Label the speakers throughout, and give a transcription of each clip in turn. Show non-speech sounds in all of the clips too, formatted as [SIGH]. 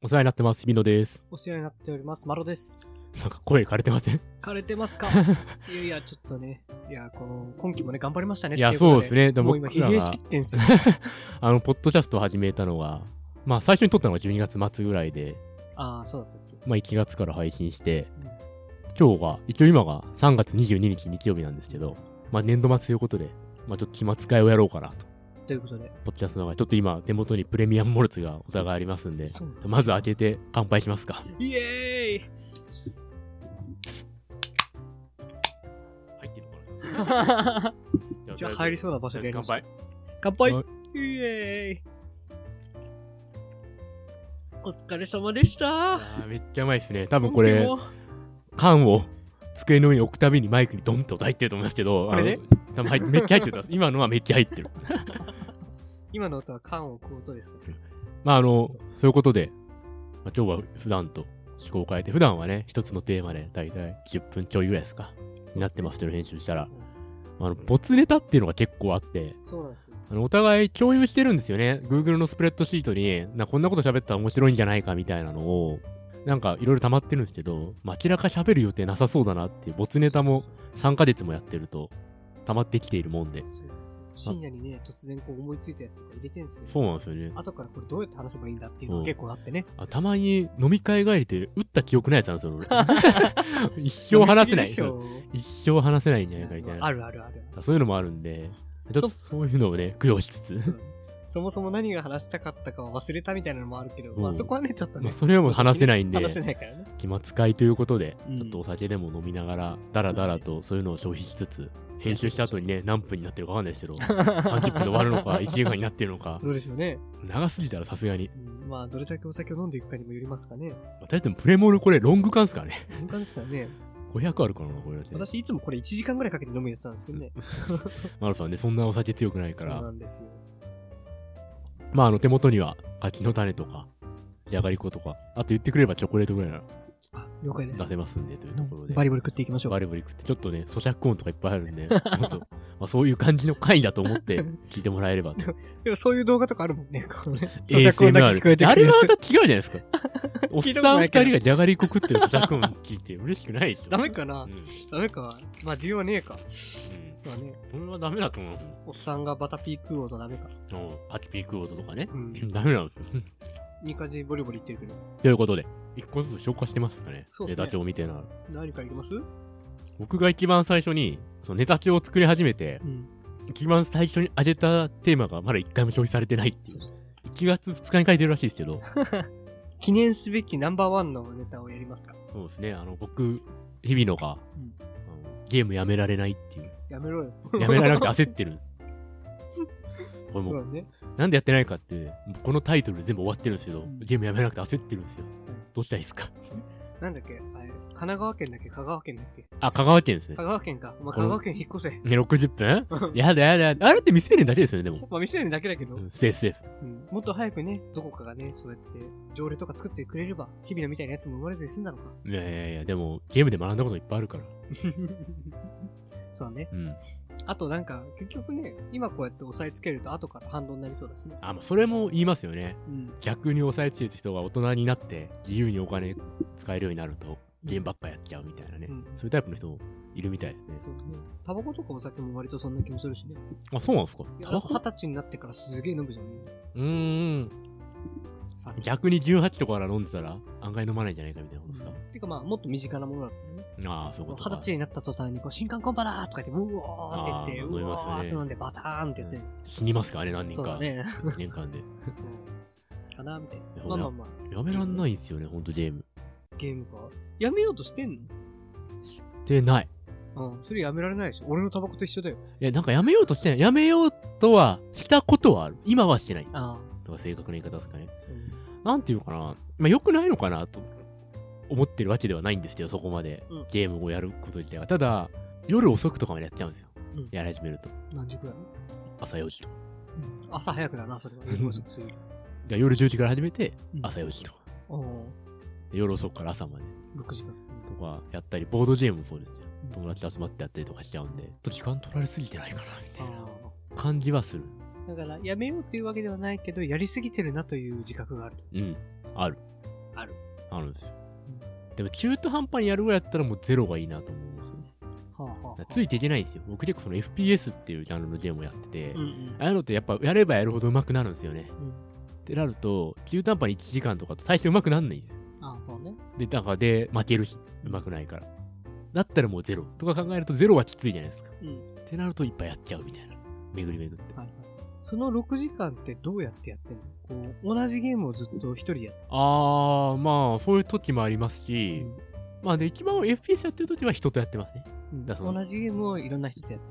Speaker 1: お世話になってます、日比野です。
Speaker 2: お世話になっております。マロです。
Speaker 1: なんか声枯れてません
Speaker 2: 枯れてま
Speaker 1: [LAUGHS]
Speaker 2: すかいやいや、ちょっとね、いや、この、今期もね、頑張りましたね。
Speaker 1: いや
Speaker 2: ってこと
Speaker 1: そうですねでも
Speaker 2: もう今、
Speaker 1: 僕
Speaker 2: 疲
Speaker 1: らが
Speaker 2: 弊しきってん
Speaker 1: [LAUGHS]
Speaker 2: すよ。
Speaker 1: あの、ポッドキャストを始めたのが、まあ最初に撮ったのが12月末ぐらいで、
Speaker 2: ああ、そうだったっけ。
Speaker 1: まあ1月から配信して
Speaker 2: うん、
Speaker 1: 今日が、一応今が3月22日日曜日なんですけど、まあ年度末ということで、まあちょっと期末会をやろうかなと。
Speaker 2: ということで。
Speaker 1: ポッドキャストの中で、ちょっと今手元にプレミアムモルツがお互いありますんで、
Speaker 2: そうです
Speaker 1: まず開けて乾杯しますか。
Speaker 2: イエーイ
Speaker 1: 入ってるのかな
Speaker 2: じゃあ入りそうな場所
Speaker 1: と
Speaker 2: で
Speaker 1: りあえ
Speaker 2: や
Speaker 1: ず
Speaker 2: り
Speaker 1: 乾
Speaker 2: ま
Speaker 1: 杯。
Speaker 2: しょう乾杯
Speaker 1: は
Speaker 2: イエーイお疲れ様でした。
Speaker 1: あーめっちゃうまいですね。多分これ、
Speaker 2: 本気も
Speaker 1: 缶を机の上に置くたびにマイクにドンと入ってると思いますけど、
Speaker 2: これね
Speaker 1: あの多分入っめっちゃ入ってると思います。今のはめっちゃ入ってる。
Speaker 2: 今の音は缶を置く音ですか
Speaker 1: まああの、そ
Speaker 2: そう。
Speaker 1: ういうことで、まあ、今日は普段と趣向を変えて、普段はね、一つのテーマで大体10分ちょいぐらいですか、になってますすけど、編集したら。あの、没ネタっていうのが結構あって、
Speaker 2: そうなんですよ。
Speaker 1: あのお互い共有してるんですよね。Google のスプレッドシートに、なこんなこと喋ったら面白いんじゃないかみたいなのを、なんかいろいろ溜まってるんですけど、まあ明らか喋る予定なさそうだなっていう、没ネタも3ヶ月もやってると、溜まってきているもんで。
Speaker 2: そうなんですよ深夜にね、突然こう思いついたやつとか入れてんすけど。
Speaker 1: そうなんですよね。
Speaker 2: 後からこれどうやって話せばいいんだっていうのが結構あってね。
Speaker 1: あたまに飲み会帰りで打った記憶ないやつなんですよ、
Speaker 2: [LAUGHS]
Speaker 1: 俺一生話せない。
Speaker 2: 飲みすぎでしょ
Speaker 1: 一生話せないんじゃないかみたい
Speaker 2: あ
Speaker 1: な。
Speaker 2: るあるある。
Speaker 1: そういうのもあるんで、ちょっとそういうのをね、供養しつつ、
Speaker 2: [LAUGHS] そもそも何が話したかったかは忘れたみたいなのもあるけど、
Speaker 1: そう
Speaker 2: まあそこはね、ちょっと
Speaker 1: まあ
Speaker 2: ね。
Speaker 1: それはもう話せないんで、
Speaker 2: 話せないからね。
Speaker 1: 期末会ということで、
Speaker 2: うん
Speaker 1: ちょっとお酒でも飲みながら、だらだらとそういうのを消費しつつ、編集した後にね、何分になってるかわかんないですけど、30分で終
Speaker 2: [LAUGHS]
Speaker 1: わるのか、1時間になってるのか、
Speaker 2: どうでしょうね。
Speaker 1: 長すぎたらさすがに。
Speaker 2: うんまあ、どれだけお酒を飲んでいくかにもよりますかね。
Speaker 1: 私でもプレモルこれロング缶ですからね。
Speaker 2: 本当ですからね。
Speaker 1: 500あるからな、これだって。
Speaker 2: 私いつもこれ1時間ぐらいかけて飲むやつなんですけどね。
Speaker 1: マロさんね、そんなお酒強くないか
Speaker 2: そう
Speaker 1: ら
Speaker 2: な。んですよ。
Speaker 1: まあ、あの、手元には柿の種とか、じゃがりことか、あと言ってくれればチョコレートぐらいなら
Speaker 2: あ、了解で
Speaker 1: 出
Speaker 2: す。
Speaker 1: せますんで、というところで。
Speaker 2: バリバリ食っていきましょう。
Speaker 1: バリバリ食って、ちょっとね、咀嚼音とかいっぱいあるんで、ちょっと、まあ、そういう感じの回だと思
Speaker 2: [LAUGHS]
Speaker 1: って聞いてもらえればと。
Speaker 2: でもそういう動画とかあるもんね。この
Speaker 1: [LAUGHS]
Speaker 2: ね。咀嚼音だけ聞こえて
Speaker 1: ASMR。
Speaker 2: く
Speaker 1: あ
Speaker 2: る
Speaker 1: れ
Speaker 2: や
Speaker 1: はま
Speaker 2: つ
Speaker 1: た違うじゃないです
Speaker 2: [LAUGHS]
Speaker 1: か。おっ
Speaker 2: 聞い
Speaker 1: さ
Speaker 2: たこと
Speaker 1: ん
Speaker 2: な
Speaker 1: 二
Speaker 2: いけど
Speaker 1: 人がじゃがりこ食ってる咀嚼音聞いて嬉しくないでしょ。
Speaker 2: ダメかな
Speaker 1: うん。うん。
Speaker 2: ダメか。まあ、需要ねえか。まあね、
Speaker 1: これはダメだと思う。
Speaker 2: おっさんがバタピー食おうとダメか。
Speaker 1: うん。パチピークオートとかね
Speaker 2: う。ん。
Speaker 1: ダメ
Speaker 2: [LAUGHS]
Speaker 1: なんですよ。
Speaker 2: いい感じにボリボリいってるけど。
Speaker 1: ということで、一個ずつ消化してますかね。
Speaker 2: そうっす
Speaker 1: ネ
Speaker 2: ね
Speaker 1: タ帳みたいな。
Speaker 2: 何からいきますう
Speaker 1: 僕が一番最初に、そのネタ帳を作り始めて、
Speaker 2: ん。
Speaker 1: 一番最初に上げたテーマがまだ一回も消費されてないってい
Speaker 2: そう
Speaker 1: う。
Speaker 2: そう。
Speaker 1: 1月2日に書いてるらしいですけ
Speaker 2: [LAUGHS]
Speaker 1: ど、
Speaker 2: 記念すべきナンバーワンのネタをやりますか。
Speaker 1: そうですね、あの、僕、日比野が、
Speaker 2: うん
Speaker 1: あのゲームやめられないっていう。
Speaker 2: やめろよ。
Speaker 1: やめられなくて焦って
Speaker 2: [LAUGHS]
Speaker 1: る。これ
Speaker 2: そう
Speaker 1: もう、
Speaker 2: だね。
Speaker 1: なんでやってないかって、もうこのタイトルで全部終わってるんですけど、
Speaker 2: うん
Speaker 1: ゲームやめなくて焦ってるんですよ。どうしたらいいですか
Speaker 2: なんだっけあれ、神奈川県だっけ香川県だっけ
Speaker 1: あ、香川県ですね
Speaker 2: 香。川県か。まあ、
Speaker 1: この
Speaker 2: 香川県引っ越せ。
Speaker 1: ね、60分やだやだ。あれって未成年だけですよね、でも。
Speaker 2: まあ、未成年だけだけど、
Speaker 1: うんセーフセーフ。
Speaker 2: うんもっと早くね、どこかがね、そうやって、条例とか作ってくれれば、日々のみたいなやつも生まれずに済ん
Speaker 1: [LAUGHS]
Speaker 2: だのか。
Speaker 1: いやいやいや、でも、ゲームで学んだこといっぱいあるから。
Speaker 2: そうだね。
Speaker 1: うん。
Speaker 2: あとなんか、結局ね、今こうやって押さえつけると後から反動になりそうだしね。
Speaker 1: あ、まあ、それも言いますよね。
Speaker 2: うん。
Speaker 1: 逆に抑えつけた人が大人になって自由にお金使えるようになるとゲームばっかやっちゃうみたいなね、
Speaker 2: うん
Speaker 1: そういうタイプの人もいるみたいですね
Speaker 2: そうだね。タバコとかお酒も割とそんな気もするしね。
Speaker 1: あそうなんですか
Speaker 2: いや
Speaker 1: タバコ
Speaker 2: 二十歳になってからすげえ飲むじゃん。みんな
Speaker 1: うーん
Speaker 2: さ
Speaker 1: 逆に18とかから飲んでたら案外飲まないんじゃないかみたいなことですか、
Speaker 2: てかまあ、もっと身近なものだったよね。
Speaker 1: ああそういうこ
Speaker 2: 二
Speaker 1: と
Speaker 2: 十
Speaker 1: か
Speaker 2: 歳になった途端に、こう、新刊コンパだーとか言って、うおーって言
Speaker 1: あ
Speaker 2: っ
Speaker 1: ー
Speaker 2: て、
Speaker 1: 思いうま
Speaker 2: お
Speaker 1: すね
Speaker 2: ーって飲んで、バターンってやって、
Speaker 1: 死にますかあれ何年
Speaker 2: そう
Speaker 1: か、
Speaker 2: だね。
Speaker 1: 1年間で
Speaker 2: そう。かなみたい
Speaker 1: や
Speaker 2: な。まあまあまあ、
Speaker 1: やめらんないんすよねほんとゲーム
Speaker 2: ゲームか。やめようとしてん
Speaker 1: でない
Speaker 2: のうん。それやめられないでしょ。俺のタバコと一緒だよ。
Speaker 1: いやなんかやめようとしてないやめようとはしたことはある今はしてないです
Speaker 2: あ
Speaker 1: とか正確な言い方ですかね
Speaker 2: あ。
Speaker 1: なんていうのかな、まあ、良くないのかなと思ってるわけではないんですけど、そこまで
Speaker 2: うん
Speaker 1: ゲームをやること自体が。ただ、夜遅くとかまでやっちゃうんですよ。
Speaker 2: うん
Speaker 1: やり始めると。
Speaker 2: 何時くらい
Speaker 1: 朝4時とか。
Speaker 2: 朝早くだな、それは。
Speaker 1: うん
Speaker 2: 夜遅くするより
Speaker 1: じゃあ夜10時から始めて、
Speaker 2: うん
Speaker 1: 朝4時とか。
Speaker 2: あー
Speaker 1: で夜遅くから朝まで
Speaker 2: 6時間。
Speaker 1: とかやったり、ボードゲームもそうですよ
Speaker 2: う。ん
Speaker 1: 友達と集まってやったりとかしちゃうんで、ちょっと時間取られすぎてないかな、みたい
Speaker 2: あ
Speaker 1: な感じはする。
Speaker 2: あ。だから、やめようっていうわけではないけど、やりすぎてるなという自覚がある。
Speaker 1: うん。ある。あるんですよ。でも中途半端にやるぐらいだったらもうゼロがいいなと思うんですよね。
Speaker 2: はあはあはあ、
Speaker 1: ついていけないんですよ。僕結構その FPS っていうジャンルのゲームをやってて、
Speaker 2: うんうん
Speaker 1: ああいうのってやっぱやればやるほど上手くなるんですよね。
Speaker 2: うん
Speaker 1: ってなると、中途半端に1時間とかと最初上手くなんないんですよ。
Speaker 2: ああ、そうね。
Speaker 1: で、だからで、負けるし、上手くないから。だったらもうゼロとか考えるとゼロはきついじゃないですか。
Speaker 2: うん。
Speaker 1: ってなるといっぱいやっちゃうみたいな。巡り巡って。
Speaker 2: はいはい。その6時間ってどうやってやってんのこう、同じゲームをずっと一人でやって
Speaker 1: あー、まあ、そういう時もありますし、
Speaker 2: る、
Speaker 1: まあで、一番 FPS やってる時は人とやってますね。
Speaker 2: うん
Speaker 1: だそう
Speaker 2: 同じゲームをいろんな人とやって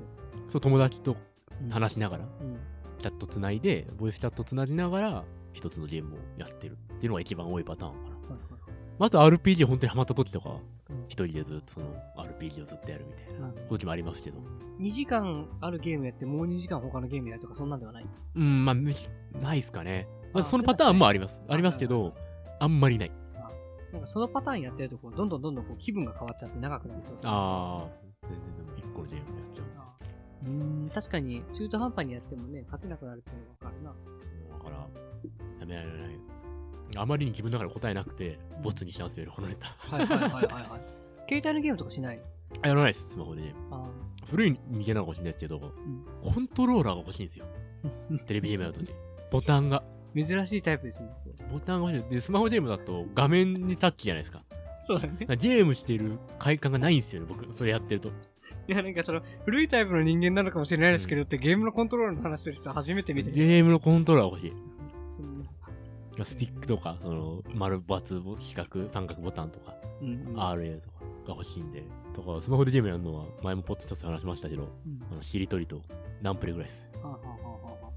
Speaker 1: そう、友達と
Speaker 2: る。
Speaker 1: 話しながら、
Speaker 2: うん。
Speaker 1: チャットつないで、ボイスチャットつなぎながら、一つのゲームをやってるっていうのが一番多いパターンかな。
Speaker 2: はいはい
Speaker 1: あと RPG 本当にハマった時とか
Speaker 2: うん、
Speaker 1: 一人でずっとその RPG をずっとやるみたい
Speaker 2: な
Speaker 1: な
Speaker 2: るほど
Speaker 1: 時もありますけど。
Speaker 2: 2時間あるゲームやって、もう2時間他のゲームやるとか、そんなんではない。
Speaker 1: うん、まあ、むしないっすかね。まあ、
Speaker 2: あ
Speaker 1: そのパターンもあります。
Speaker 2: そうですね
Speaker 1: ありますけど、あんまりない。
Speaker 2: なんかそのパターンやってると、こう、どんどんどんどんこう気分が変わっちゃって長くなりそうですね
Speaker 1: あー、全然でも一個のゲームやっちゃう。
Speaker 2: あーうーん、確かに中途半端にやってもね、勝てなくなるっていうのがわかるな。
Speaker 1: だから、やめられない。あまりに自分の中で答えなくて、ボツにしたんですよね、このネタ。 [LAUGHS]
Speaker 2: はいはいはいはいはい。携帯のゲームとかしない
Speaker 1: あやらないです、スマホでね。
Speaker 2: あ
Speaker 1: 古い人間なのかもしれないですけど、コントローラーが欲しいん [LAUGHS] ですよ。テレビゲームやるとき。ボタンが。
Speaker 2: ー珍しいタイプですね。
Speaker 1: ボタンが欲しい。で、スマホゲームだと画面にタッチじゃないですか。
Speaker 2: そうだね
Speaker 1: だ。からゲームしてる快感がないんですよね、僕。それやってると。
Speaker 2: いや、なんかその、古いタイプの人間なのかもしれないですけど、ってゲームのコントロールの話する人初めて見てる。
Speaker 1: ゲームのコントローラーが欲しい。
Speaker 2: そんな
Speaker 1: スティックとか、その、丸、×、四角、三角ボタンとか、
Speaker 2: うん、うん。
Speaker 1: RL とかが欲しいんで。とか、スマホでゲームやるのは、前もポッドキャストで話しましたけど、
Speaker 2: うんは
Speaker 1: あの、しりとりと、ナンプレぐらいです。
Speaker 2: あはあはあは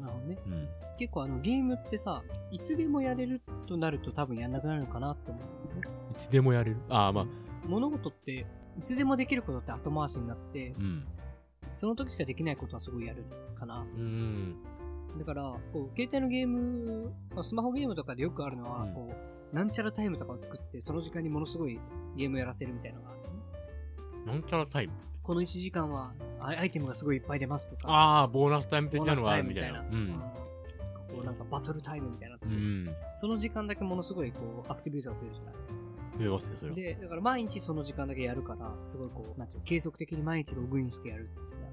Speaker 2: あなるほどね。
Speaker 1: うん。
Speaker 2: 結構あの、ゲームってさ、いつでもやれるとなると多分やんなくなるのかなって思うんだけどね。
Speaker 1: いつでもやれる。ああ、まあ、
Speaker 2: 物事って、いつでもできることって後回しになって、
Speaker 1: うん。
Speaker 2: その時しかできないことはすごいやるかな。
Speaker 1: うーん。
Speaker 2: だから、こう、携帯のゲーム、そのスマホゲームとかでよくあるのは、
Speaker 1: うん
Speaker 2: こう、なんちゃらタイムとかを作って、その時間にものすごいゲームやらせるみたいなのがあるのね。
Speaker 1: なんちゃらタイム。
Speaker 2: この1時間は、あアイテムがすごいいっぱい出ますとか、
Speaker 1: ああ、ボーナスタイム的
Speaker 2: ボー
Speaker 1: な
Speaker 2: ナス
Speaker 1: のは
Speaker 2: タ
Speaker 1: あ
Speaker 2: イ
Speaker 1: る
Speaker 2: ムみ
Speaker 1: み
Speaker 2: た
Speaker 1: た
Speaker 2: い
Speaker 1: いな。
Speaker 2: な。う
Speaker 1: うんん。
Speaker 2: こうなんかバトルタイムみたいなの
Speaker 1: う
Speaker 2: 作る。
Speaker 1: ん。
Speaker 2: その時間だけものすごいこう、アクティブユーザーが増えるじゃない。
Speaker 1: 増えますね、それは。
Speaker 2: で、だから毎日その時間だけやるから、すごいこう、なんていうの継続的に毎日ログインしてやる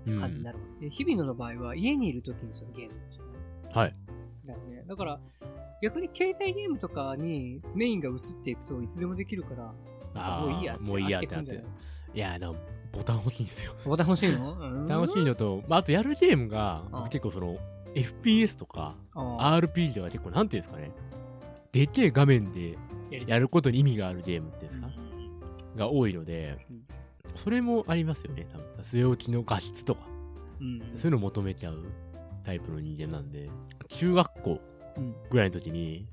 Speaker 2: みたいな感じになるわけ、で、日々野の場合は家にいる時にそのゲームをしない
Speaker 1: はい。
Speaker 2: だよね。だから、逆に携帯ゲームとかにメインが移っていくといつでもできるから、
Speaker 1: あー
Speaker 2: もういいやって。
Speaker 1: もういいやって
Speaker 2: 飽
Speaker 1: な
Speaker 2: き
Speaker 1: って
Speaker 2: くん
Speaker 1: て
Speaker 2: じゃ。
Speaker 1: いや、でも、ボタン欲しいんですよ。
Speaker 2: ない楽しいの
Speaker 1: 楽しい
Speaker 2: い。
Speaker 1: のと、まあ、あとやるゲームが、
Speaker 2: うん
Speaker 1: 結構その、FPS とか、
Speaker 2: あ
Speaker 1: RPG とか結構、なんていうんですかね。でけえ画面で
Speaker 2: やりたい
Speaker 1: やることに意味があるゲームっていうんですか、
Speaker 2: うん
Speaker 1: が多いので
Speaker 2: うん、
Speaker 1: それもありますよね、多分。据え置きの画質とか、
Speaker 2: うん。
Speaker 1: そういうのを求めちゃうタイプの人間なんで、中学校
Speaker 2: うん。
Speaker 1: ぐらいの時に、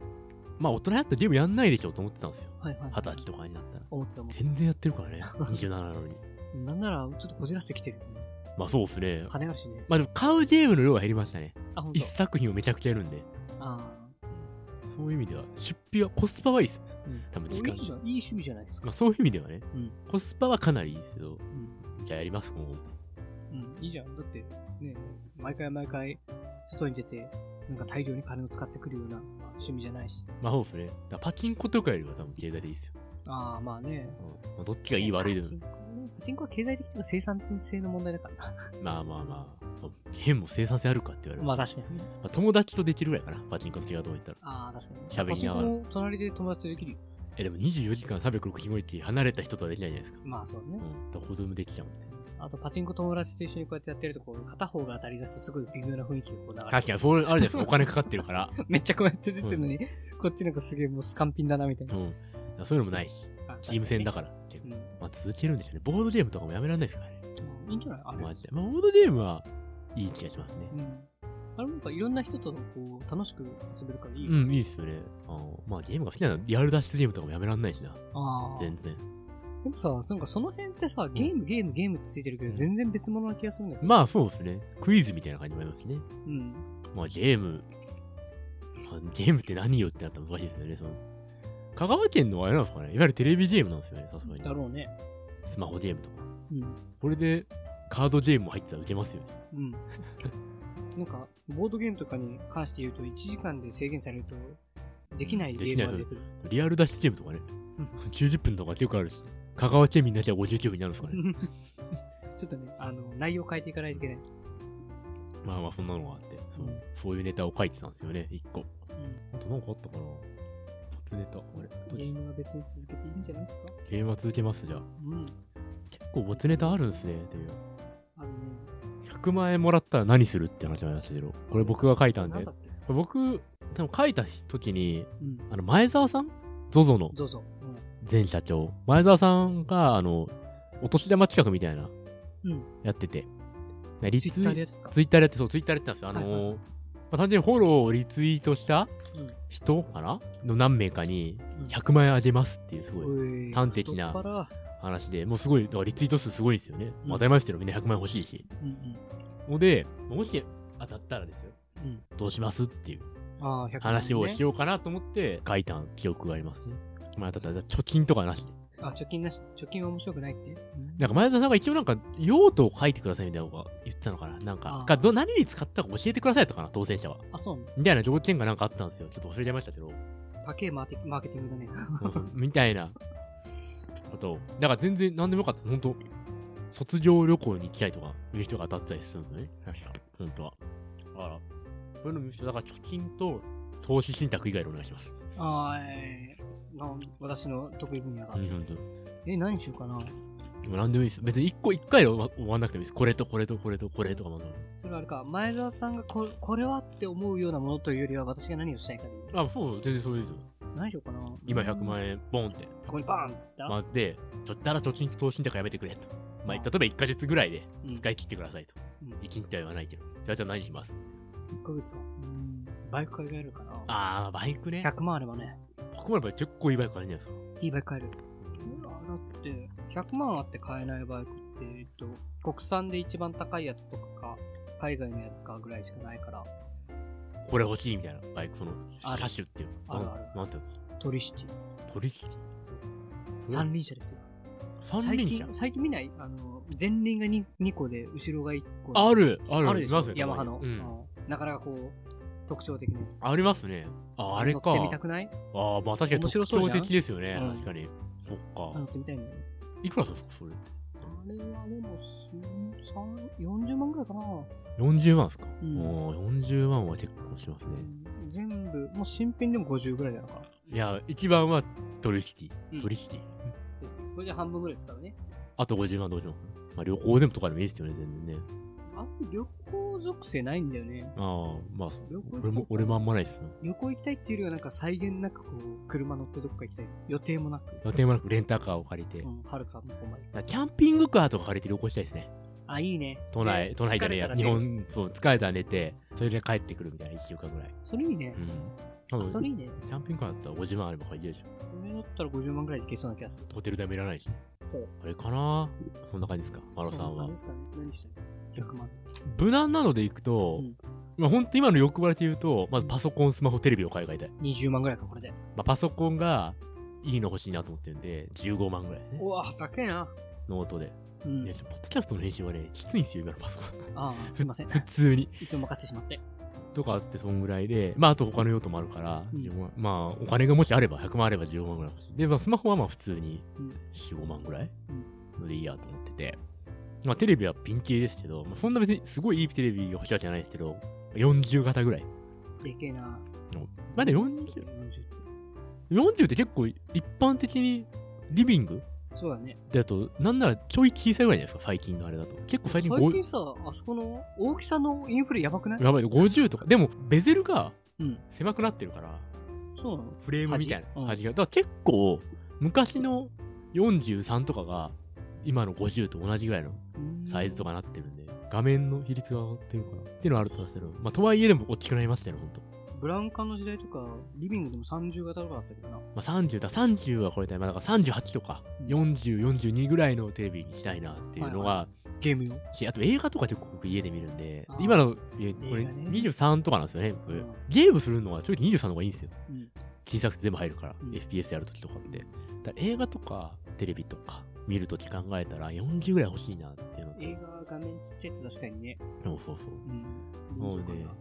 Speaker 1: まあ、大人やったらゲームやんないでしょと思ってたんですよ。
Speaker 2: はいはい。
Speaker 1: 二十歳とかになったら。
Speaker 2: 思ってた思って
Speaker 1: 全然やってるから
Speaker 2: [LAUGHS]
Speaker 1: ね、27なのに。
Speaker 2: た。なんなら、ちょっとこじらせてきてるよね。
Speaker 1: まあそうですね。
Speaker 2: 金あるしね。
Speaker 1: まあでも買うゲームの量は減りましたね。
Speaker 2: あ、ほんと
Speaker 1: 一。作品をめちゃくちゃやるんで。
Speaker 2: あ
Speaker 1: そういう意味では、出費は、コスパはいいです。
Speaker 2: あ。うん
Speaker 1: 多分
Speaker 2: いい
Speaker 1: 時間
Speaker 2: じゃん。いい趣味じゃないですか。
Speaker 1: まあそういう意味ではね、
Speaker 2: うん
Speaker 1: コスパはかなりいいですけど、
Speaker 2: うん。
Speaker 1: じゃあやります、今後。
Speaker 2: うん、いいじゃん。だって、ね、毎回毎回、外に出て、なんか大量に金を使ってくるような趣味じゃないし。
Speaker 1: まあそうですね。だからパチンコとかよりは多分経済でいいですよ。
Speaker 2: ああ、まあね。
Speaker 1: うんまあ、どっちがいい悪いで
Speaker 2: パ
Speaker 1: も
Speaker 2: チ、ンコはねパチンコは経済的というか生産性の問題だから
Speaker 1: [LAUGHS]
Speaker 2: な。
Speaker 1: まあまあまあ、まあゲームも生産性あるかって言われる。
Speaker 2: ま
Speaker 1: ま
Speaker 2: あ確かにね。
Speaker 1: あ友達とできるぐらいかな、パチンコと違うとこ行ったら。
Speaker 2: ああ、確かに。
Speaker 1: 喋りながら
Speaker 2: パチンコも隣で友達とできるよ。
Speaker 1: え、でも24時間365日離れた人とはできないじゃないですか。
Speaker 2: まあそう
Speaker 1: う
Speaker 2: ね。
Speaker 1: ん。だから子供できちゃうんで。
Speaker 2: あと、パチンコ友達と一緒にこうやってやってると、こう、片方が当たり出すとすごい微妙な雰囲気がこう流れて
Speaker 1: 確かに、そういうのあるじゃないですか。お金かかってるから。
Speaker 2: [LAUGHS] めっちゃこうやって出てるのに、こっちなんかすげえもうスカンピンだなみたいな
Speaker 1: う。ん。そういうのもないし。
Speaker 2: あ
Speaker 1: チーム戦だ
Speaker 2: か
Speaker 1: から。結構
Speaker 2: ら。
Speaker 1: まあ続けるんでしょうね。ボードゲームとかもやめられないですからね。
Speaker 2: うん。いいんじゃないあれ。
Speaker 1: マジで。まあ、ボードゲームはいい気がしますね
Speaker 2: う。ん。あれもなんかいろんな人とこう楽しく遊べるからいいよ。
Speaker 1: うん、いいっすよね。あのまあゲームが好きならリアル脱出ゲームとかもやめられないしな。
Speaker 2: ああ。
Speaker 1: 全然。
Speaker 2: でもさ、なんかその辺ってさ、ゲーム、ゲーム、ゲームってついてるけど、全然別物な気がするんだけど。
Speaker 1: まあそうですね。クイズみたいな感じもありますしね。
Speaker 2: うん。
Speaker 1: まあゲーム、まあ、ゲームって何よってなったら難しいですよね。その香川県のあれなんですかね。いわゆるテレビゲームなんですよね。さすがに
Speaker 2: だ。ろうね。
Speaker 1: スマホゲームとか。
Speaker 2: うん。
Speaker 1: これでカードゲームも入ってたら受けますよね。 [LAUGHS]
Speaker 2: うん。なんか、ボードゲームとかに関して言うと、1時間で制限されると、できないゲームができる。
Speaker 1: リアル脱出ゲームとかね
Speaker 2: うん、
Speaker 1: [LAUGHS] 90分とか結構あるし、香川県民なしは59分になるんですかね。
Speaker 2: [LAUGHS] ちょっとね、あの、内容変えていかないといけない。
Speaker 1: まあまあ、そんなのがあって、そう
Speaker 2: うん
Speaker 1: そういうネタを書いてたんですよね、1個。あとなんかあったかな初ネタ。あれど
Speaker 2: ゲ
Speaker 1: れ
Speaker 2: ームは別に続けていいんじゃないですか
Speaker 1: ゲームは続けます、じゃあ。
Speaker 2: うん。
Speaker 1: 結構没ネタあるんですね、っていう。
Speaker 2: あのね、
Speaker 1: 100万円もらったら何するって話もありましたけど、これ僕が書いたん
Speaker 2: なん
Speaker 1: で
Speaker 2: だ。っけ
Speaker 1: 僕、多分書いた時に、
Speaker 2: うん。
Speaker 1: あの、前澤さん ?ZOZO の
Speaker 2: ゾゾ。
Speaker 1: 前社長。前澤さんが、あの、お年玉企画みたいな、
Speaker 2: うん
Speaker 1: やってて。ね
Speaker 2: う
Speaker 1: リ
Speaker 2: ん。ツイ
Speaker 1: ツ
Speaker 2: ッ
Speaker 1: イ
Speaker 2: ターでやってたか。
Speaker 1: ツイッターでやって、そう、ツイッターでやってたんですよ。あのー
Speaker 2: はいはい
Speaker 1: まあ、単純にフォローをリツイートした
Speaker 2: うん。
Speaker 1: 人かなの何名かに
Speaker 2: うん
Speaker 1: 100万円あげますっていうすごい
Speaker 2: おい
Speaker 1: 端的な
Speaker 2: 太っ腹
Speaker 1: 話で、もうすごい、だからリツイート数すごいですよね。
Speaker 2: うん
Speaker 1: まあ当たり前ですけど、みんな100万円欲しいし。
Speaker 2: うんうん。
Speaker 1: ので、もし当たったらですよ、
Speaker 2: うん
Speaker 1: どうしますっていう
Speaker 2: ああ、100万円ね
Speaker 1: 話をしようかなと思って書いた記憶がありますね。まあ、ただ、貯金とかなしで。
Speaker 2: あ、貯金なし、貯金は面白くないって。うん
Speaker 1: なんか前田さんが一応なんか用途を書いてくださいみたいなこと言ってたのかななん
Speaker 2: あ
Speaker 1: か
Speaker 2: ー
Speaker 1: かど何に使ったか教えてくださいとかな当選者は
Speaker 2: あ、そうなの
Speaker 1: みたいな条件がなんかあったんですよちょっと忘れちゃいましたけど
Speaker 2: 高えマーティマーケティングだね。 [LAUGHS]
Speaker 1: うんみたいなことをだから全然何でもよかった本当卒業旅行に行きたいとかいう人が当たったりするのね確か本当はだからそういうの見る人だから貯金と投資信託以外でお願いします
Speaker 2: ああ、えーなん私の得意分野が。
Speaker 1: うん本当
Speaker 2: え、何しようかな。
Speaker 1: でも何でもいいです別に一個一回で終わ終わんなくてもいいですこれとこれとこれとこれとかも
Speaker 2: それはあれか、前澤さんがここれはって思うようなものというよりは、私が何をしたいかでいい。
Speaker 1: あそう全然そうですよ
Speaker 2: 何しようかな。
Speaker 1: 今100万
Speaker 2: 円。
Speaker 1: 円ボンって
Speaker 2: そこにバーンって言った、
Speaker 1: まあ、で、とったら貯金と投資とかやめてくれと。まあ、例えば1ヶ月ぐらいで
Speaker 2: うん
Speaker 1: 使い切ってくださいと。
Speaker 2: うん
Speaker 1: 一日は言わないけど。じゃあ、じゃあ何します
Speaker 2: 1ヶ月か。うんバイク買い替えるかな。
Speaker 1: あー、バイクね。
Speaker 2: 100万あればね、
Speaker 1: 100万円結構いいバイクあるんじゃないですか。
Speaker 2: いいバイク買える。うわだって、100万あって買えないバイクって、えっと、国産で一番高いやつとかか、海外のやつかぐらいしかないから、
Speaker 1: これ欲しいみたいなバイク、その、
Speaker 2: ある
Speaker 1: 車種っていうの。
Speaker 2: あるある
Speaker 1: なんなんていうんですか。
Speaker 2: トリシティ。
Speaker 1: 取引
Speaker 2: 三輪車ですよ。
Speaker 1: 三
Speaker 2: 最
Speaker 1: 輪
Speaker 2: 近
Speaker 1: 車、
Speaker 2: 最近見ないあの、前輪が 2, 二個で、後ろが1個で。
Speaker 1: ある、ある、
Speaker 2: あるでし
Speaker 1: いま
Speaker 2: ょ
Speaker 1: すね
Speaker 2: ヤマハの、
Speaker 1: うん
Speaker 2: うんなかなかこう、特徴的なやつ。
Speaker 1: ありますね。あ、あれか。
Speaker 2: 乗ってみたくない
Speaker 1: ああ、まあ確かに
Speaker 2: 面白
Speaker 1: 特
Speaker 2: そうじゃ
Speaker 1: 徴
Speaker 2: ん
Speaker 1: 的ですよね。
Speaker 2: うん
Speaker 1: 確かに。そっ
Speaker 2: あ
Speaker 1: か
Speaker 2: 乗。ってみたいの
Speaker 1: いくらするんですか、それって。
Speaker 2: あれはでも、す三40万ぐらいかな。
Speaker 1: 40万ですか。
Speaker 2: うん
Speaker 1: もう40万は結構しますね。
Speaker 2: 全部、もう新品でも50ぐらいだか
Speaker 1: い
Speaker 2: ら。
Speaker 1: や、一番はトリシテ
Speaker 2: うん
Speaker 1: ィ。トリシティ。
Speaker 2: これで半分ぐらい使うね。
Speaker 1: あと50万どうしますまあ旅行でもとかでもいいですよね、全然ね。
Speaker 2: あんま旅行属性ないんだよね。
Speaker 1: ああ、まあ、
Speaker 2: 旅行行きた
Speaker 1: 俺
Speaker 2: い
Speaker 1: も、俺もあんまないっすよ。
Speaker 2: 旅行行きたいっていうよりは、なんか際限なくこう、車乗ってどっか行きたい。予定もなく。
Speaker 1: 予定もなくレンタカーを借りて。
Speaker 2: うん、はるか向こうまで。
Speaker 1: キャンピングカーとか借りて旅行したいですね。
Speaker 2: あ、いいね。
Speaker 1: 都内、
Speaker 2: で
Speaker 1: 都内じゃねえ
Speaker 2: 疲
Speaker 1: や。
Speaker 2: れたらね
Speaker 1: 日本、そう、疲れたら寝て、それで帰ってくるみたいな、1週間ぐらい。
Speaker 2: それいいね
Speaker 1: う。ん。多
Speaker 2: あ
Speaker 1: 分
Speaker 2: それいいね。
Speaker 1: キャンピングカーだったら50万あれば借りれるでし
Speaker 2: これだったら50万ぐらいでいけそうな気がする。
Speaker 1: ょ。ホテル代もいらないし
Speaker 2: ほう。
Speaker 1: あれかなそんな感じですか、マロさ
Speaker 2: そ
Speaker 1: ん
Speaker 2: うな
Speaker 1: は
Speaker 2: 感じで。すかね。何したの ?100 万。
Speaker 1: 無難なのでいくと
Speaker 2: うん、
Speaker 1: まあ本当今の欲張りで言うと、まずパソコン、スマホ、テレビを買い替えたい。
Speaker 2: 20万ぐらいか、これで。
Speaker 1: まあ、パソコンがいいの欲しいなと思ってるんで、15万ぐらいですね
Speaker 2: う。わ、高えな。
Speaker 1: ノートで。
Speaker 2: うん
Speaker 1: ね、。ポッドキャストの編集はね、きついんですよ、今のパソコン。 [LAUGHS]
Speaker 2: ああ、すいません。 [LAUGHS]
Speaker 1: 普通に。
Speaker 2: いつも任せてしまって。
Speaker 1: とかあって、そんぐらいで、まあ、あと他の用途もあるから、
Speaker 2: うん
Speaker 1: 自分はまあ、お金がもしあれば、100万あれば15万ぐらい欲しい。で、まあ、スマホはまあ、普通に
Speaker 2: うん
Speaker 1: 4、5万ぐらい
Speaker 2: うん
Speaker 1: のでいいやと思ってて。まあ、テレビはピン系ですけど、まあ、そんな別にすごいいいテレビが欲しいわけじゃないですけど、40型ぐらい。
Speaker 2: でけえな。
Speaker 1: まだ40、
Speaker 2: 40って。
Speaker 1: 40って結構一般的にリビング
Speaker 2: そうだね。
Speaker 1: で、あと、なんならちょい小さいぐらいじゃないですか、最近のあれだと。結構最近
Speaker 2: 最近
Speaker 1: 5、
Speaker 2: さ、あそこの大きさのインフレやばくない
Speaker 1: やばい、50とか。でも、ベゼルが
Speaker 2: うん
Speaker 1: 狭くなってるから、
Speaker 2: そうなの
Speaker 1: フレームみたい
Speaker 2: 端う
Speaker 1: なん端が。だから結構、昔の43とかが、今の50と同じぐらいのサイズと
Speaker 2: か。
Speaker 1: かなってるんで、画面の比率が上がってるから。っていうのはあると思うんですけど、まあ、とはいえでも大きくなりましたよね、ほんと。
Speaker 2: ブランカの時代とか、リビングでも30型とかだったけどな。
Speaker 1: まあ、30だ、30はこれだ、まあ、だから38とか、
Speaker 2: うん
Speaker 1: 40、42ぐらいのテレビにしたいなっていうの
Speaker 2: はい
Speaker 1: が、
Speaker 2: ゲーム用。
Speaker 1: しあと映画とか結構僕家で見るんで
Speaker 2: あ、ー
Speaker 1: 今の家、これ
Speaker 2: 映画ね
Speaker 1: 23とかなんですよね、僕
Speaker 2: うん
Speaker 1: ゲームするのは正直23の方がいいんですよ。
Speaker 2: うん
Speaker 1: 小さくて全部入るから、
Speaker 2: うん
Speaker 1: FPS やるときとかって。だから映画とかテレビとか見るとき考えたら40ぐらい欲しいなっていうのと。
Speaker 2: 映画画面ちっちゃいと確かにね。
Speaker 1: そうそうそう。
Speaker 2: うん。
Speaker 1: もうね、ま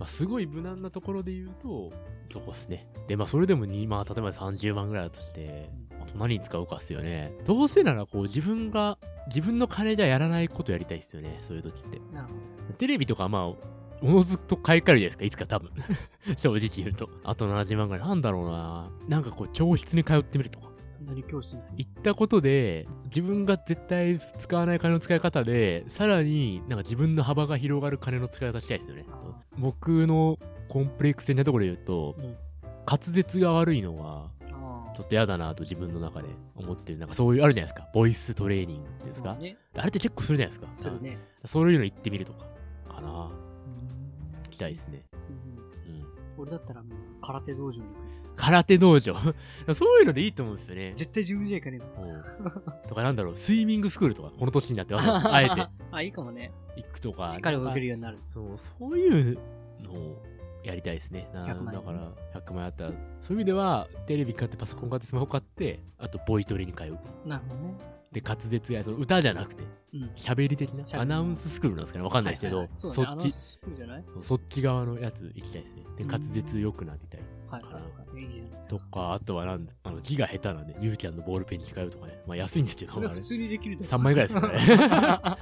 Speaker 1: あ、すごい無難なところで言うと、そこっすね。で、まあ、それでも2、まあ、例えば30万ぐらいだとして、あと何に使うかっすよね。どうせなら、こう、自分が、自分の金じゃやらないことやりたいっすよね。そういう時って。
Speaker 2: なるほ
Speaker 1: テレビとか、まあ、おのずと買い替えるじゃないですか、いつか多分。 [LAUGHS] 正直言うと。あと70万ぐらい。なんだろうな。なんかこう、教室に通ってみるとか。
Speaker 2: ど。何教室に
Speaker 1: 行ったことで自分が絶対使わない金の使い方でさらになんか自分の幅が広がる金の使い方したいですよね
Speaker 2: あー
Speaker 1: 僕のコンプレックス的なところで言うと、
Speaker 2: うん
Speaker 1: 滑舌が悪いのは
Speaker 2: あ
Speaker 1: ちょっと嫌だなと自分の中で思ってるなんかそういうあるじゃないですかボイストレーニングっていうん
Speaker 2: で
Speaker 1: ですか、
Speaker 2: ね。
Speaker 1: あれってチェックするじゃないですか
Speaker 2: するね。
Speaker 1: そういうの行ってみるとかかな
Speaker 2: うん
Speaker 1: 行きたいですね、
Speaker 2: うん
Speaker 1: うん、
Speaker 2: 俺だったらもう空手道場に行く。
Speaker 1: 空手道場 [LAUGHS] そういうのでいいと思うんですよね
Speaker 2: 絶対自分じゃいかねえもん
Speaker 1: おうとかなんだろうスイミングスクールとかこの年になってわざ
Speaker 2: [LAUGHS]
Speaker 1: わざあえて。
Speaker 2: あ、いいかもね。
Speaker 1: 行くとか、
Speaker 2: しっかり
Speaker 1: な
Speaker 2: 動
Speaker 1: ん
Speaker 2: けるようになる。
Speaker 1: そう、そういうのをやりたいですね。な
Speaker 2: 100万
Speaker 1: だから、100万あったら、そういう意味では、テレビ買って、パソコン買って、スマホ買って、あと、ボイトレに通う。
Speaker 2: なるほどね。
Speaker 1: で、滑舌や、その歌じゃなくて、
Speaker 2: うん。
Speaker 1: 喋り的な
Speaker 2: 喋、り
Speaker 1: アナウンススクールなんですかね、わかんないですけど、
Speaker 2: ははそう
Speaker 1: そ
Speaker 2: ね。あ
Speaker 1: っ
Speaker 2: の
Speaker 1: ち、
Speaker 2: スクールじゃない
Speaker 1: そっち側のやつ行きたいですね。で、
Speaker 2: うん
Speaker 1: 滑舌良くなりたい。
Speaker 2: はいはいはい。いいじゃないです
Speaker 1: と
Speaker 2: か。
Speaker 1: か、あとはなんだ、あの、字が下手なんで、ゆうちゃんのボールペンに通うとかね。まあ、安いんですけど、
Speaker 2: それ
Speaker 1: あ
Speaker 2: は
Speaker 1: れ
Speaker 2: 普。通にできるじゃ
Speaker 1: 3
Speaker 2: ん。
Speaker 1: 枚ぐらいです
Speaker 2: [LAUGHS]
Speaker 1: からね。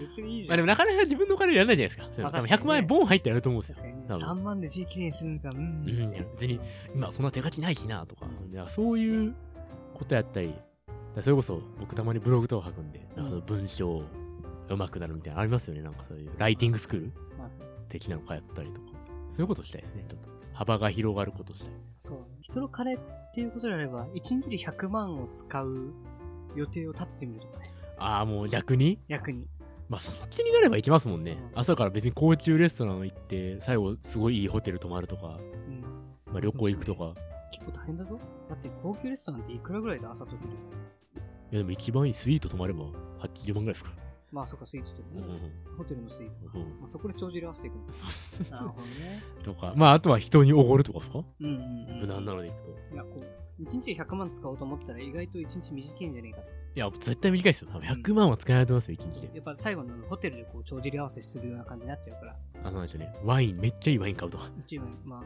Speaker 2: 別にいいじ
Speaker 1: ま
Speaker 2: ゃ
Speaker 1: あ
Speaker 2: ん。
Speaker 1: でもなかなか自分のお金でやらないじゃないですか。それ
Speaker 2: まあ
Speaker 1: 多分
Speaker 2: 確かに
Speaker 1: 100
Speaker 2: ね
Speaker 1: 万円ボン入ってやると思うんですよ
Speaker 2: 確。かにね
Speaker 1: 多分
Speaker 2: 3万で字きれいにするのか、うん。
Speaker 1: うんいや別に今そんな手書きないしなとか、いやそういうことやったり、だからそれこそ僕たまにブログとか書くんで、なんかその文章上手くなるみたいなのありますよね、なんかそういうライティングスクール
Speaker 2: はい
Speaker 1: 的なの通ったりとか、そういうことしたいですね、ちょっと。幅が広がることしたい。
Speaker 2: そう。人の金っていうことであれば、1日で100万を使う予定を立ててみるとかね。
Speaker 1: ああ、もう逆に、
Speaker 2: 役に。
Speaker 1: まあそっちになれば行きますもんね。
Speaker 2: うん
Speaker 1: 朝から別に高級レストラン行って、最後すごいいいホテル泊まるとか、
Speaker 2: うん。
Speaker 1: まあ、旅行行くとか、
Speaker 2: 結構大変だぞ。だって高級レストランっていくらぐらいで朝取れる
Speaker 1: いやでも一番いいスイート泊まれば80万ぐらいですから。
Speaker 2: まあ、そっか、スイーツとか
Speaker 1: う
Speaker 2: ね
Speaker 1: んうん
Speaker 2: ホテルのスイーツとか。
Speaker 1: うん
Speaker 2: まあ、そこで帳尻合わせていくの。
Speaker 1: [LAUGHS]
Speaker 2: なるほどね。
Speaker 1: とか、まああとは人におごるとかですか
Speaker 2: うんうん、うん。
Speaker 1: 無難なのでいくと。
Speaker 2: いや、こう、1日で100万使おうと思ったら意外と1日短いんじゃねえかと。
Speaker 1: いや、絶対短いですよ。多分100万は使えないと思いますよ、一日で。
Speaker 2: やっぱ最後のあのホテルでこう、帳尻合わせするような感じになっちゃうから。
Speaker 1: あの、なんでしょうね。ワイン、めっちゃいいワイン買うとか。
Speaker 2: 一番、ま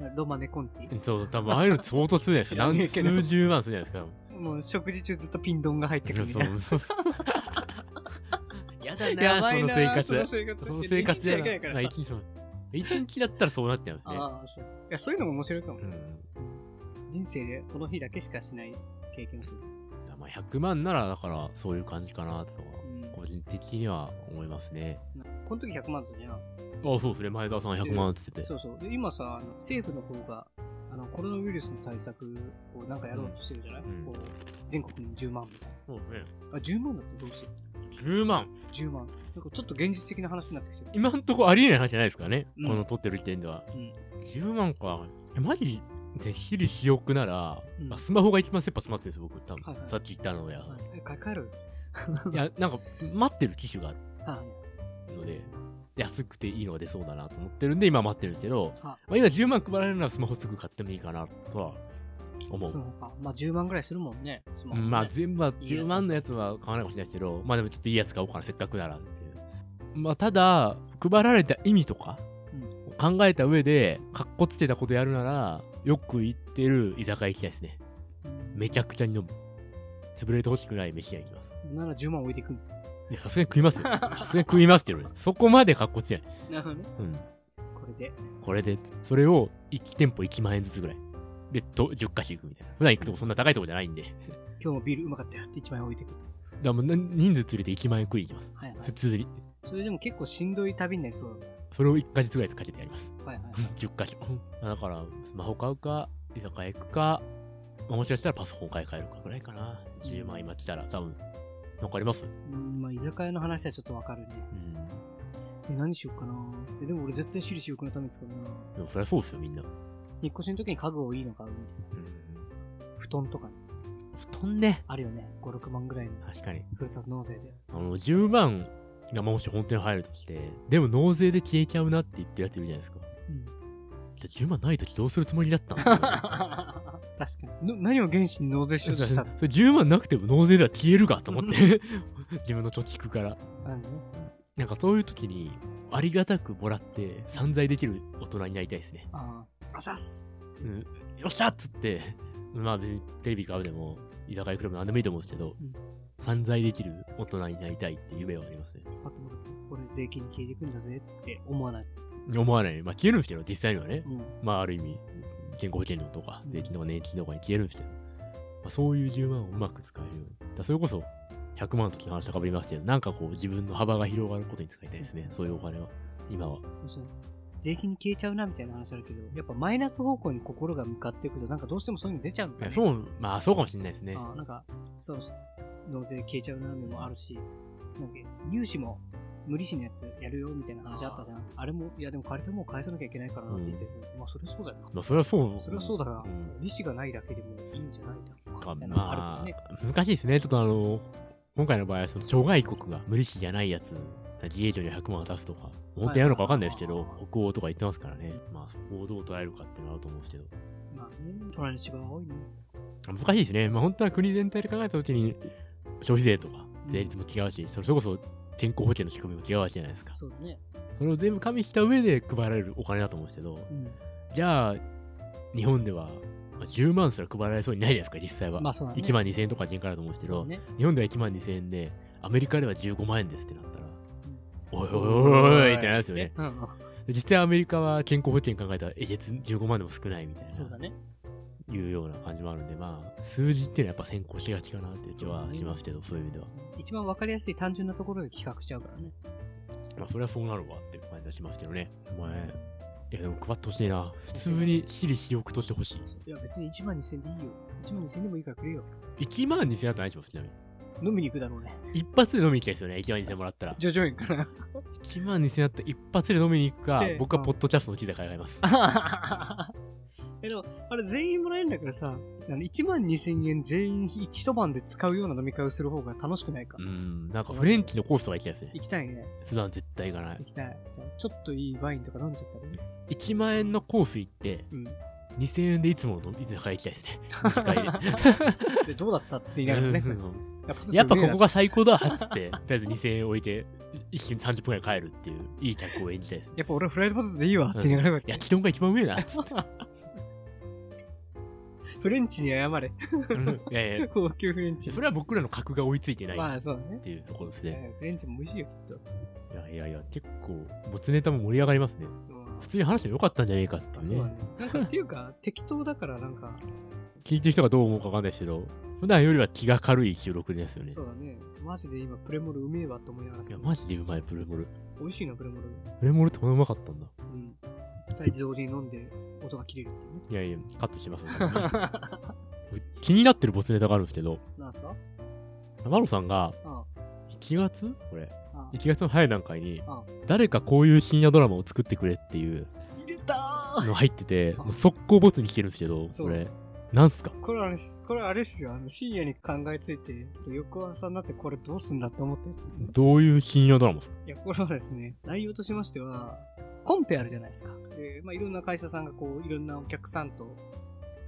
Speaker 2: あ、ロマネコンティ。
Speaker 1: そう、多分ああいうの相当するじゃないです
Speaker 2: 知
Speaker 1: か。
Speaker 2: らねえけ
Speaker 1: 何
Speaker 2: ど
Speaker 1: 数十万するじゃない
Speaker 2: もう食事中ずっとピンドンが入って
Speaker 1: で
Speaker 2: くる
Speaker 1: す
Speaker 2: み
Speaker 1: か
Speaker 2: たいな。。
Speaker 1: そう、そう、そう。 [LAUGHS] やだ
Speaker 2: やば
Speaker 1: そ
Speaker 2: い
Speaker 1: の
Speaker 2: な
Speaker 1: 生
Speaker 2: その
Speaker 1: 活。
Speaker 2: 生活
Speaker 1: その生活
Speaker 2: じ
Speaker 1: じゃ
Speaker 2: ゃないか
Speaker 1: な
Speaker 2: ら
Speaker 1: い。
Speaker 2: さ
Speaker 1: 一日も一日だったらそうなっちゃうんですね。
Speaker 2: ああそういやそういうのも面白いかも、
Speaker 1: うん。
Speaker 2: 人生でこの日だけしかしない経験をする、
Speaker 1: まあ100万なら、だから、そういう感じかな、とは
Speaker 2: うん、
Speaker 1: 個人的には思いますね。
Speaker 2: この時100万だったじゃん
Speaker 1: あ、そうですね。前澤さん100万って言ってて。
Speaker 2: そうそうで今さあの政府の方があのコロナウイルスの対策をなんかやろうとしてるじゃない、
Speaker 1: うん
Speaker 2: こう全国に10万みたい
Speaker 1: そうですね。
Speaker 2: なあ10万だとどうする
Speaker 1: 10万。
Speaker 2: 10万なんかちょっと現実的な話になってきてる
Speaker 1: 今んとこありえない話じゃないですからね、
Speaker 2: うん
Speaker 1: この撮ってる時点では、
Speaker 2: うん
Speaker 1: 10万かえマジでひりひよくなら、
Speaker 2: うん
Speaker 1: まあスマホが一番切羽詰まってるんですよ僕多分、
Speaker 2: はいはい
Speaker 1: さっき言ったのや、
Speaker 2: はいえ買い替えろよ
Speaker 1: い、やなんか待ってる機種があ
Speaker 2: はい
Speaker 1: るので安くていいのが出そうだなと思ってるんで今待ってるんですけど、
Speaker 2: は
Speaker 1: まあ、今10万配られるならスマホすぐ買ってもいいかなとは思う
Speaker 2: その他まあ10万ぐらいするもんねスマ
Speaker 1: う
Speaker 2: ホね
Speaker 1: んまあ全部はい
Speaker 2: いやつ
Speaker 1: 10万のやつは買わないかもしれないですけどまあでもちょっといいやつ買おうかなせっかくならっていうまあただ配られた意味とか考えた上でかっこつけたことやるならよく行ってる居酒屋行きたいですね
Speaker 2: うん
Speaker 1: めちゃくちゃに飲む潰れてほしくない飯屋行きます
Speaker 2: なら10万置いていくんだ
Speaker 1: いやさすがに食い [LAUGHS] ますよさすがに食いますけどねそこまでかっこつけない
Speaker 2: なるほどね
Speaker 1: うん
Speaker 2: これで
Speaker 1: これでそれを1店舗1万円ずつぐらいでど10カ所行くみたいな普段行くとこそんな高いとこじゃないんで
Speaker 2: 今日もビールうまかったよって1枚置いてくる。
Speaker 1: だからもうな人数連れて1万円食いに行きます
Speaker 2: はいはい
Speaker 1: 普。通に
Speaker 2: それでも結構しんどい旅になりそうだね。
Speaker 1: それを1ヶ月ぐらいかけてやります。 [LAUGHS]
Speaker 2: はいはい。
Speaker 1: 10箇所。だから、スマホ買うか、居酒屋行くか、まあもしかしたらパソコン買い替えるかぐらいかな。10万今来たら、多分、なんかあります
Speaker 2: うん、まあ居酒屋の話はちょっとわかるね。
Speaker 1: うん。
Speaker 2: え、何しようかなえ、でも俺絶対私利私欲のために使うな
Speaker 1: でもそりゃそうですよ、みんな。
Speaker 2: 引っ越しの時に家具をいいの買うみたい
Speaker 1: うん。
Speaker 2: な。布団とかね
Speaker 1: 布団ね。
Speaker 2: あるよね。5、6万ぐらいの
Speaker 1: 確かに。
Speaker 2: ふるさと納税で。
Speaker 1: あの、10万がもし本店入るとして、でも納税で消えちゃうなって言ってるやついるじゃないですか。
Speaker 2: [LAUGHS] うん。
Speaker 1: じゃあ10万ないときどうするつもりだったの [LAUGHS]
Speaker 2: 確かに。の何を原資に納税し
Speaker 1: そ
Speaker 2: よう
Speaker 1: れ
Speaker 2: と [LAUGHS] したの
Speaker 1: [LAUGHS] 10万なくても納税では消えるかと思って、自分の貯蓄から。
Speaker 2: なんでね。
Speaker 1: なんかそういう時に、ありがたくもらって散財できる大人になりたいですね。
Speaker 2: ああ、あざっす。
Speaker 1: うん、よっしゃっつって、まあ別にテレビ買うでも、居酒屋クラブなんでもいいと思うんですけど、
Speaker 2: うん
Speaker 1: 散財できる大人になりたいって夢はありますね。
Speaker 2: あと、これ税金に消えていくんだぜって思わない。
Speaker 1: 思わない。まあ消えるんですけど、実際にはね。
Speaker 2: うん。
Speaker 1: まあある意味、健康保険料とか
Speaker 2: う、ん
Speaker 1: 税金とか年金とかに消えるんですけど、まあ、そういう10万をうまく使えるように。だからそれこそ、100万の時の話とかぶりましたけど、なんかこう自分の幅が広がることに使いたいですね。そういうお金は。今は。
Speaker 2: その税金に消えちゃうなみたいな話あるけど、やっぱマイナス方向に心が向かっていくと、なんかどうしてもそういうの出ちゃうんだよね。
Speaker 1: そう、まあそうかもしれないですね。
Speaker 2: あなんか、そう、納税消えちゃうなみもあるし、なんか、融資も無利子のやつやるよみたいな話あったじゃん。あれも、いやでも借りてもう返さなきゃいけないからなって言ってる、まあそれそうだよな。
Speaker 1: まあそれはそう。
Speaker 2: それはそうだが、
Speaker 1: うん
Speaker 2: 利子がないだけでもいいんじゃないだろうか
Speaker 1: か
Speaker 2: みたいなのが
Speaker 1: ま
Speaker 2: あ
Speaker 1: あ
Speaker 2: るけどね。、
Speaker 1: 難しいですね。ちょっとあの、今回の場合は、その、諸外国が無利子じゃないやつ、自衛庁に100万渡すとか、本当にやるのか分かんないですけど、北欧とか言ってますからね。まあ、そこをどう捉えるかっていうのはあると思うんですけど。
Speaker 2: まあね、隣の芝は多いね。
Speaker 1: 難しいですね。まあ、本当は国全体で考えたときに、消費税とか、税率も違うし、それこそ健康保険の仕組みも違うわけじゃないですか。
Speaker 2: そうだね。
Speaker 1: それを全部加味した上で配られるお金だと思うんですけど、
Speaker 2: うん。
Speaker 1: じゃあ、日本では、まあ10万すら配られそうにないじゃないですか、実際は。
Speaker 2: まあそうだね
Speaker 1: 1万2000円とか人からだと思うんですけ
Speaker 2: そ
Speaker 1: ど、
Speaker 2: うね。
Speaker 1: 日本では1万2000円で、アメリカでは15万円ですってなったら、おいおいおいおいってなりますよね。
Speaker 2: うんうん。
Speaker 1: 実際アメリカは健康保険考えたら、えげつ15万でも少ないみたい
Speaker 2: そうだ
Speaker 1: な、
Speaker 2: ね。
Speaker 1: いうような感じもあるんで、まあ、数字っていうのはやっぱ先行しがちかなって気
Speaker 2: そうだ
Speaker 1: は
Speaker 2: ね
Speaker 1: しますけど、そういう意味では。
Speaker 2: 一番わかりやすい単純なところで企画しちゃうからね。
Speaker 1: まあ、それはそうなるわっていう感じはしますけどね。お前、いやでも配ってほしいな。普通に私利私欲としてほし
Speaker 2: いや、別に1万2000でいいよ。1万2000でもいいからくれよ。
Speaker 1: い。1万2000円だったら何しますちなみに。
Speaker 2: 飲みに行くだろうね。
Speaker 1: 一発で飲みに行きたいですよね、1万2000円もらったら。
Speaker 2: ジョジョインか
Speaker 1: 1万2000円だったら一発で飲みに行くか
Speaker 2: で、
Speaker 1: 僕はポッドキャストの機材買い替えます。
Speaker 2: な。 [LAUGHS] え、でも、あれ全員もらえるんだからさ、あの1万2000円全員一晩で使うような飲み会をする方が楽しくないか。
Speaker 1: うん、なんかフレンチのコースとか行きたいですね。
Speaker 2: 行きたいね。
Speaker 1: 普段絶対行かない
Speaker 2: 行。きたい。じゃあちょっといいワインとか飲んじゃったらね。
Speaker 1: 1万円のコース行って、
Speaker 2: うん。
Speaker 1: 2000円でいつもの居酒屋行きたい
Speaker 2: [LAUGHS]
Speaker 1: ですね。二回で
Speaker 2: で、どうだったって言いながらね。
Speaker 1: うん
Speaker 2: やっぱ
Speaker 1: やっぱここが最高だっつって、とりあえず2000円置いて、一瞬30分くらい帰るっていう、いい客を演じたいですね。
Speaker 2: やっぱ俺はフライドポテトでいいわって言いながら、
Speaker 1: 焼き丼が一番上だっつって。
Speaker 2: フレンチに謝れ。
Speaker 1: うんいやいや、
Speaker 2: 高級フレンチ
Speaker 1: そ。れは僕らの格が追いついてない
Speaker 2: ま
Speaker 1: っ
Speaker 2: あそうだね。
Speaker 1: ていうところですね。
Speaker 2: フレンチも美味しいよ、きっと。
Speaker 1: いやいやいや、結構、もつネタも盛り上がりますね。
Speaker 2: うん
Speaker 1: 普通に話してよかったんじゃねえかっていう
Speaker 2: そうだ
Speaker 1: ね
Speaker 2: ね。。なんかってい
Speaker 1: [LAUGHS]
Speaker 2: うか、適当だからなんか、
Speaker 1: 聞いてる人がどう思うかわかんないですけど、普段よりは気が軽い収録ですよね。
Speaker 2: そうだね。マジで今、プレモルうめえわと思いながら
Speaker 1: いや、
Speaker 2: さ、
Speaker 1: マジでうまい、プレモル。
Speaker 2: 美味しいな、プレモル。
Speaker 1: プレモルってこんなうまかったんだ。
Speaker 2: うん。二人で同時に飲んで、音が切れるっていうね。
Speaker 1: いやいや、カットします、
Speaker 2: [LAUGHS]
Speaker 1: 気になってるボツネタがあるんですけど、
Speaker 2: なんすか
Speaker 1: マロさんが、
Speaker 2: あ
Speaker 1: 1月これ。
Speaker 2: あああ
Speaker 1: 1月の早い段階に
Speaker 2: ああ、
Speaker 1: 誰かこういう深夜ドラマを作ってくれっていう
Speaker 2: 入れたー
Speaker 1: の入ってて、
Speaker 2: あ
Speaker 1: もう速攻ボツに来てるんですけど、
Speaker 2: そう
Speaker 1: これ、なんすか
Speaker 2: これあれっす、これあれっすよ。あの、深夜に考えついて、翌朝になってこれどうすんだって思ったやつですね。
Speaker 1: どういう深夜ドラマですか
Speaker 2: いや、これはですね、内容としましては、コンペあるじゃないですか。で、まあ、いろんな会社さんがこう、いろんなお客さんと、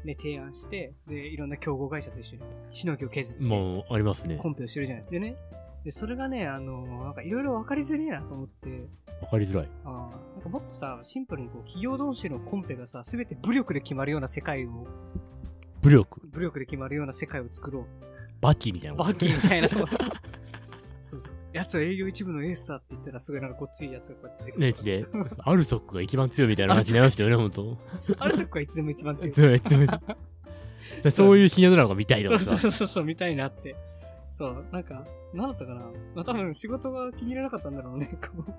Speaker 2: ね、提案して、で、いろんな競合会社と一緒に、しのぎを削って、
Speaker 1: もう、ありますね
Speaker 2: コ。ンペをしてるじゃないですか。でね、でそれがね、あのなんかいろいろ分かりづらいなと思って、
Speaker 1: わかりづらい。
Speaker 2: あーなんかもっとさ、シンプルにこう、企業同士のコンペがさ、すべて武力で決まるような世界を、
Speaker 1: 武力、
Speaker 2: 武力で決まるような世界を作ろう。
Speaker 1: バキみたいな。
Speaker 2: [LAUGHS] バッキーみたいな、そう。そうそうそう。やつは営業一部のエースだって言ったら、すごいなんかこっちいいやつがこうやって出てく
Speaker 1: ね
Speaker 2: る
Speaker 1: え、で、アルソックが一番強いみたいな話になりましたよね、ほんと。
Speaker 2: あ [LAUGHS] れそこはいつでも一番強い。
Speaker 1: 強い、強い。そういう深夜ドラマが見たいと
Speaker 2: そう
Speaker 1: か
Speaker 2: そう
Speaker 1: さ。
Speaker 2: そうそうそう、見たいなって。そう、なんか、何だったかな。まあ多分仕事が気に入らなかったんだろうね。こう
Speaker 1: だか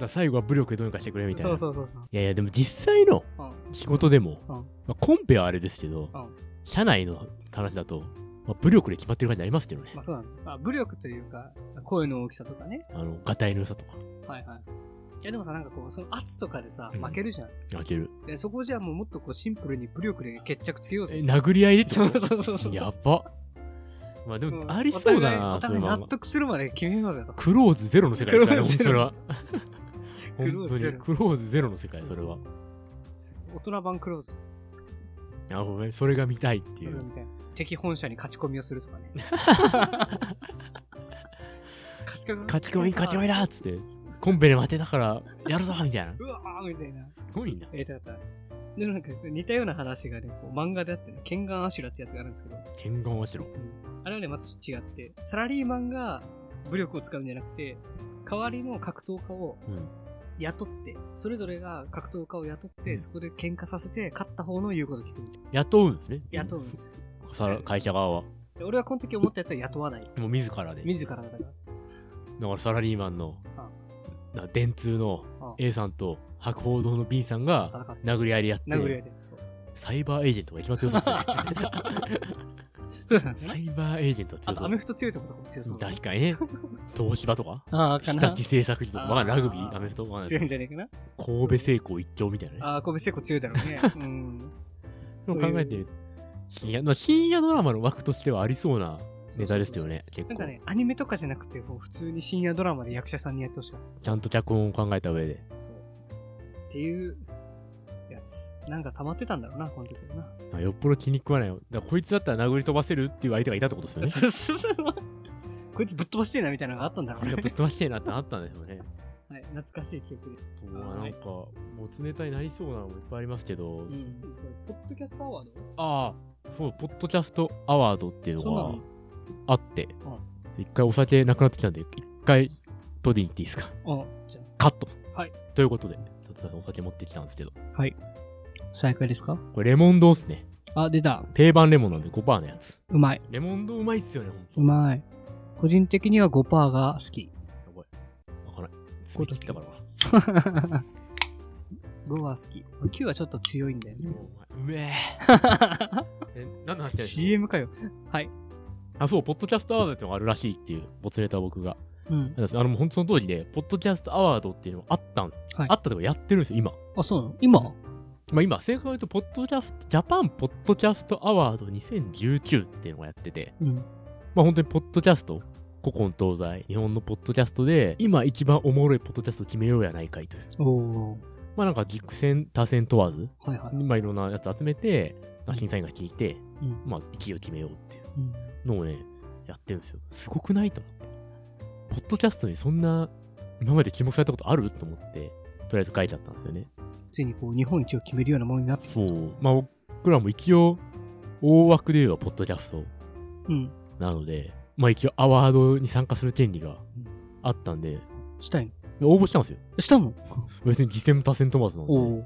Speaker 1: ら最後は武力でどうにかしてくれみたいな。
Speaker 2: そうそうそうそう。
Speaker 1: いやいや、でも実際の
Speaker 2: うん
Speaker 1: 仕事でも、
Speaker 2: うん
Speaker 1: まあ、コンペはあれですけど、
Speaker 2: うん
Speaker 1: 社内の話だと、まあ、武力で決まってる感じありますけどね
Speaker 2: ま。あそうなんだ。まあ武力というか、声の大きさとかね。
Speaker 1: あの、ガタイの良さとか、
Speaker 2: はいはい。いやでもさ、なんかこう、その圧とかでさ、
Speaker 1: うん
Speaker 2: 負けるじゃん。
Speaker 1: 開ける。
Speaker 2: でそこじゃあもうもっとこうシンプルに武力で決着つけよう
Speaker 1: え
Speaker 2: ぜ。
Speaker 1: 殴り合いでって
Speaker 2: そ
Speaker 1: こ
Speaker 2: う
Speaker 1: と
Speaker 2: そうそうそう。
Speaker 1: やば。まあで
Speaker 2: う
Speaker 1: も、
Speaker 2: ん
Speaker 1: ありそうだな、
Speaker 2: お互いお互
Speaker 1: その
Speaker 2: い
Speaker 1: まん
Speaker 2: 納
Speaker 1: ま
Speaker 2: 得するまで決めようぜと。
Speaker 1: クローズゼロの世界ですからね、
Speaker 2: クローズ
Speaker 1: 本当
Speaker 2: ゼ
Speaker 1: に
Speaker 2: ロ
Speaker 1: は。本
Speaker 2: [LAUGHS] クローズ
Speaker 1: 当
Speaker 2: ゼ
Speaker 1: に、
Speaker 2: ロ
Speaker 1: クローズゼロの世界、それは
Speaker 2: う。うう。大人版クローズ。
Speaker 1: なるほどね、それが見たいってい
Speaker 2: それ
Speaker 1: う。 [LAUGHS]
Speaker 2: みたいな。敵本社に勝ち込みをするとかね。勝ちき込み
Speaker 1: 勝ち込み、勝ち込みだっつって、コンペで負けたから、やるぞみたいな。
Speaker 2: うわーみたいな。
Speaker 1: すごいな。
Speaker 2: えー、だった。でもなんか似たような話がね、こう漫画であってね、ケンガンアシュラってやつがあるんですけど、
Speaker 1: 剣豪はしろ。
Speaker 2: あれはね、また違って、サラリーマンが武力を使うんじゃなくて、代わりの格闘家を
Speaker 1: うん。
Speaker 2: 雇って、それぞれが格闘家を雇っ
Speaker 1: う
Speaker 2: て、
Speaker 1: ん
Speaker 2: そこで喧嘩させて、勝った方の言うこと聞くみたいな。
Speaker 1: 雇うんですね。
Speaker 2: 雇うんです。
Speaker 1: さ会社側は。
Speaker 2: で俺はこの時思ったやつは雇わない。
Speaker 1: もう自らで。
Speaker 2: 自らだから。
Speaker 1: だからサラリーマンの
Speaker 2: あ、
Speaker 1: な電通の
Speaker 2: あ
Speaker 1: A さんと白報堂の B さんが
Speaker 2: 戦って。
Speaker 1: 殴り合いでやっ
Speaker 2: 殴り合い
Speaker 1: て、
Speaker 2: で。そう。
Speaker 1: サイバーエージェントが一番強そうで
Speaker 2: [LAUGHS]
Speaker 1: すね。
Speaker 2: そうなんです
Speaker 1: サ
Speaker 2: ね。
Speaker 1: イバーエージェントは
Speaker 2: あ
Speaker 1: 強
Speaker 2: と、
Speaker 1: そ
Speaker 2: ア
Speaker 1: う
Speaker 2: メ。フト強いとことかも強そう。
Speaker 1: 確かにね。東芝とか、
Speaker 2: ああ、か
Speaker 1: 日
Speaker 2: な。
Speaker 1: 立製作所とか、まあ
Speaker 2: あー
Speaker 1: ラグビー、アメフト、まあ
Speaker 2: 強いんじゃねえかな。
Speaker 1: 神戸製鋼一丁みたいなね。
Speaker 2: ああ、神戸成功強いだろうね。
Speaker 1: [LAUGHS]
Speaker 2: うん。
Speaker 1: でも考えて、深夜の深夜ドラマの枠としてはありそうなネタですよね、結
Speaker 2: な
Speaker 1: 構。
Speaker 2: んかね、アニメとかじゃなくて、もう普通に深夜ドラマで役者さんにやってほしかった。
Speaker 1: ちゃんと脚本を考えた上で。
Speaker 2: そう。っていうやつ。なんか溜まってたんだろうな、この時は [LAUGHS] な。
Speaker 1: あよっぽど気に食わないよ。だからこいつだったら殴り飛ばせるっていう相手がいたってことですよね。
Speaker 2: そうそうそう。こいつぶっ飛ばしてえなみたいなのがあったんだろ
Speaker 1: あ
Speaker 2: う
Speaker 1: れ
Speaker 2: [LAUGHS] ね
Speaker 1: が。ぶっ飛ばしてえなってなったんですよ
Speaker 2: [LAUGHS]
Speaker 1: ね。
Speaker 2: はい、懐かしい記憶で。
Speaker 1: あとはなんか、もつネタになりそうなのもいっぱいありますけど、
Speaker 2: うん。ポッドキャストアワード
Speaker 1: ああ、そう、ポッドキャストアワードっていう
Speaker 2: そんな
Speaker 1: の
Speaker 2: の
Speaker 1: があって、一回お酒なくなってきたんで、一回取りに行っていいですか。
Speaker 2: あ、じゃ
Speaker 1: カット。
Speaker 2: はい。
Speaker 1: ということで、ちょっとだけお酒持ってきたんですけど、
Speaker 2: あ、再開ですか
Speaker 1: これレモンドですね。
Speaker 2: あ、出た。
Speaker 1: 定番レモンなんで5%のやつ。
Speaker 2: うまい。
Speaker 1: レモンドうまいっすよね、ほんと。
Speaker 2: うまい。個人的には5%が好き。 [LAUGHS]
Speaker 1: やばい。わからない。爪切ったからかな。
Speaker 2: 5は好き。9はちょっと強いんだよね。
Speaker 1: もううめえ。 [LAUGHS] え、何の話だ
Speaker 2: [LAUGHS]
Speaker 1: よ
Speaker 2: CM かよ。
Speaker 1: あ、そう、ポッドキャストアワードってのがあるらしいっていう、ボツネタを僕が。
Speaker 2: うん。
Speaker 1: あの、もう本当その通りで、ポッドキャストアワードっていうのがあったんです。
Speaker 2: はい
Speaker 1: あったとかやってるんですよ、今。
Speaker 2: あ、そうなの今
Speaker 1: まあ今、正確に言うと、ポッドキャスト、ジャパンポッドキャストアワード2019っていうのがやってて、
Speaker 2: うん。
Speaker 1: まあ本当にポッドキャスト、古今東西、日本のポッドキャストで、今一番おもろいポッドキャストを決めようやないかいという。
Speaker 2: おお。
Speaker 1: まあなんか、軸線、多線問わず、
Speaker 2: はいはい。
Speaker 1: まあいろんなやつ集めて、まあ審査員が聞いて、
Speaker 2: うん
Speaker 1: まあ1位を決めようっていう
Speaker 2: うん
Speaker 1: のをね、やってるんですよ。すごくないと思って。ポッドキャストにそんな、今まで注目されたことあると思って、とりあえず書いちゃったんですよね。
Speaker 2: ついにこう、日本一を決めるようなものになってきた。
Speaker 1: そう。まあ、僕らも一応、大枠で言えば、ポッドキャスト
Speaker 2: うん。
Speaker 1: なので、まあ一応、アワードに参加する権利があったんで、
Speaker 2: したいの
Speaker 1: 応募したんですよ。
Speaker 2: したの
Speaker 1: 別に実践も多選問わずなので、
Speaker 2: おー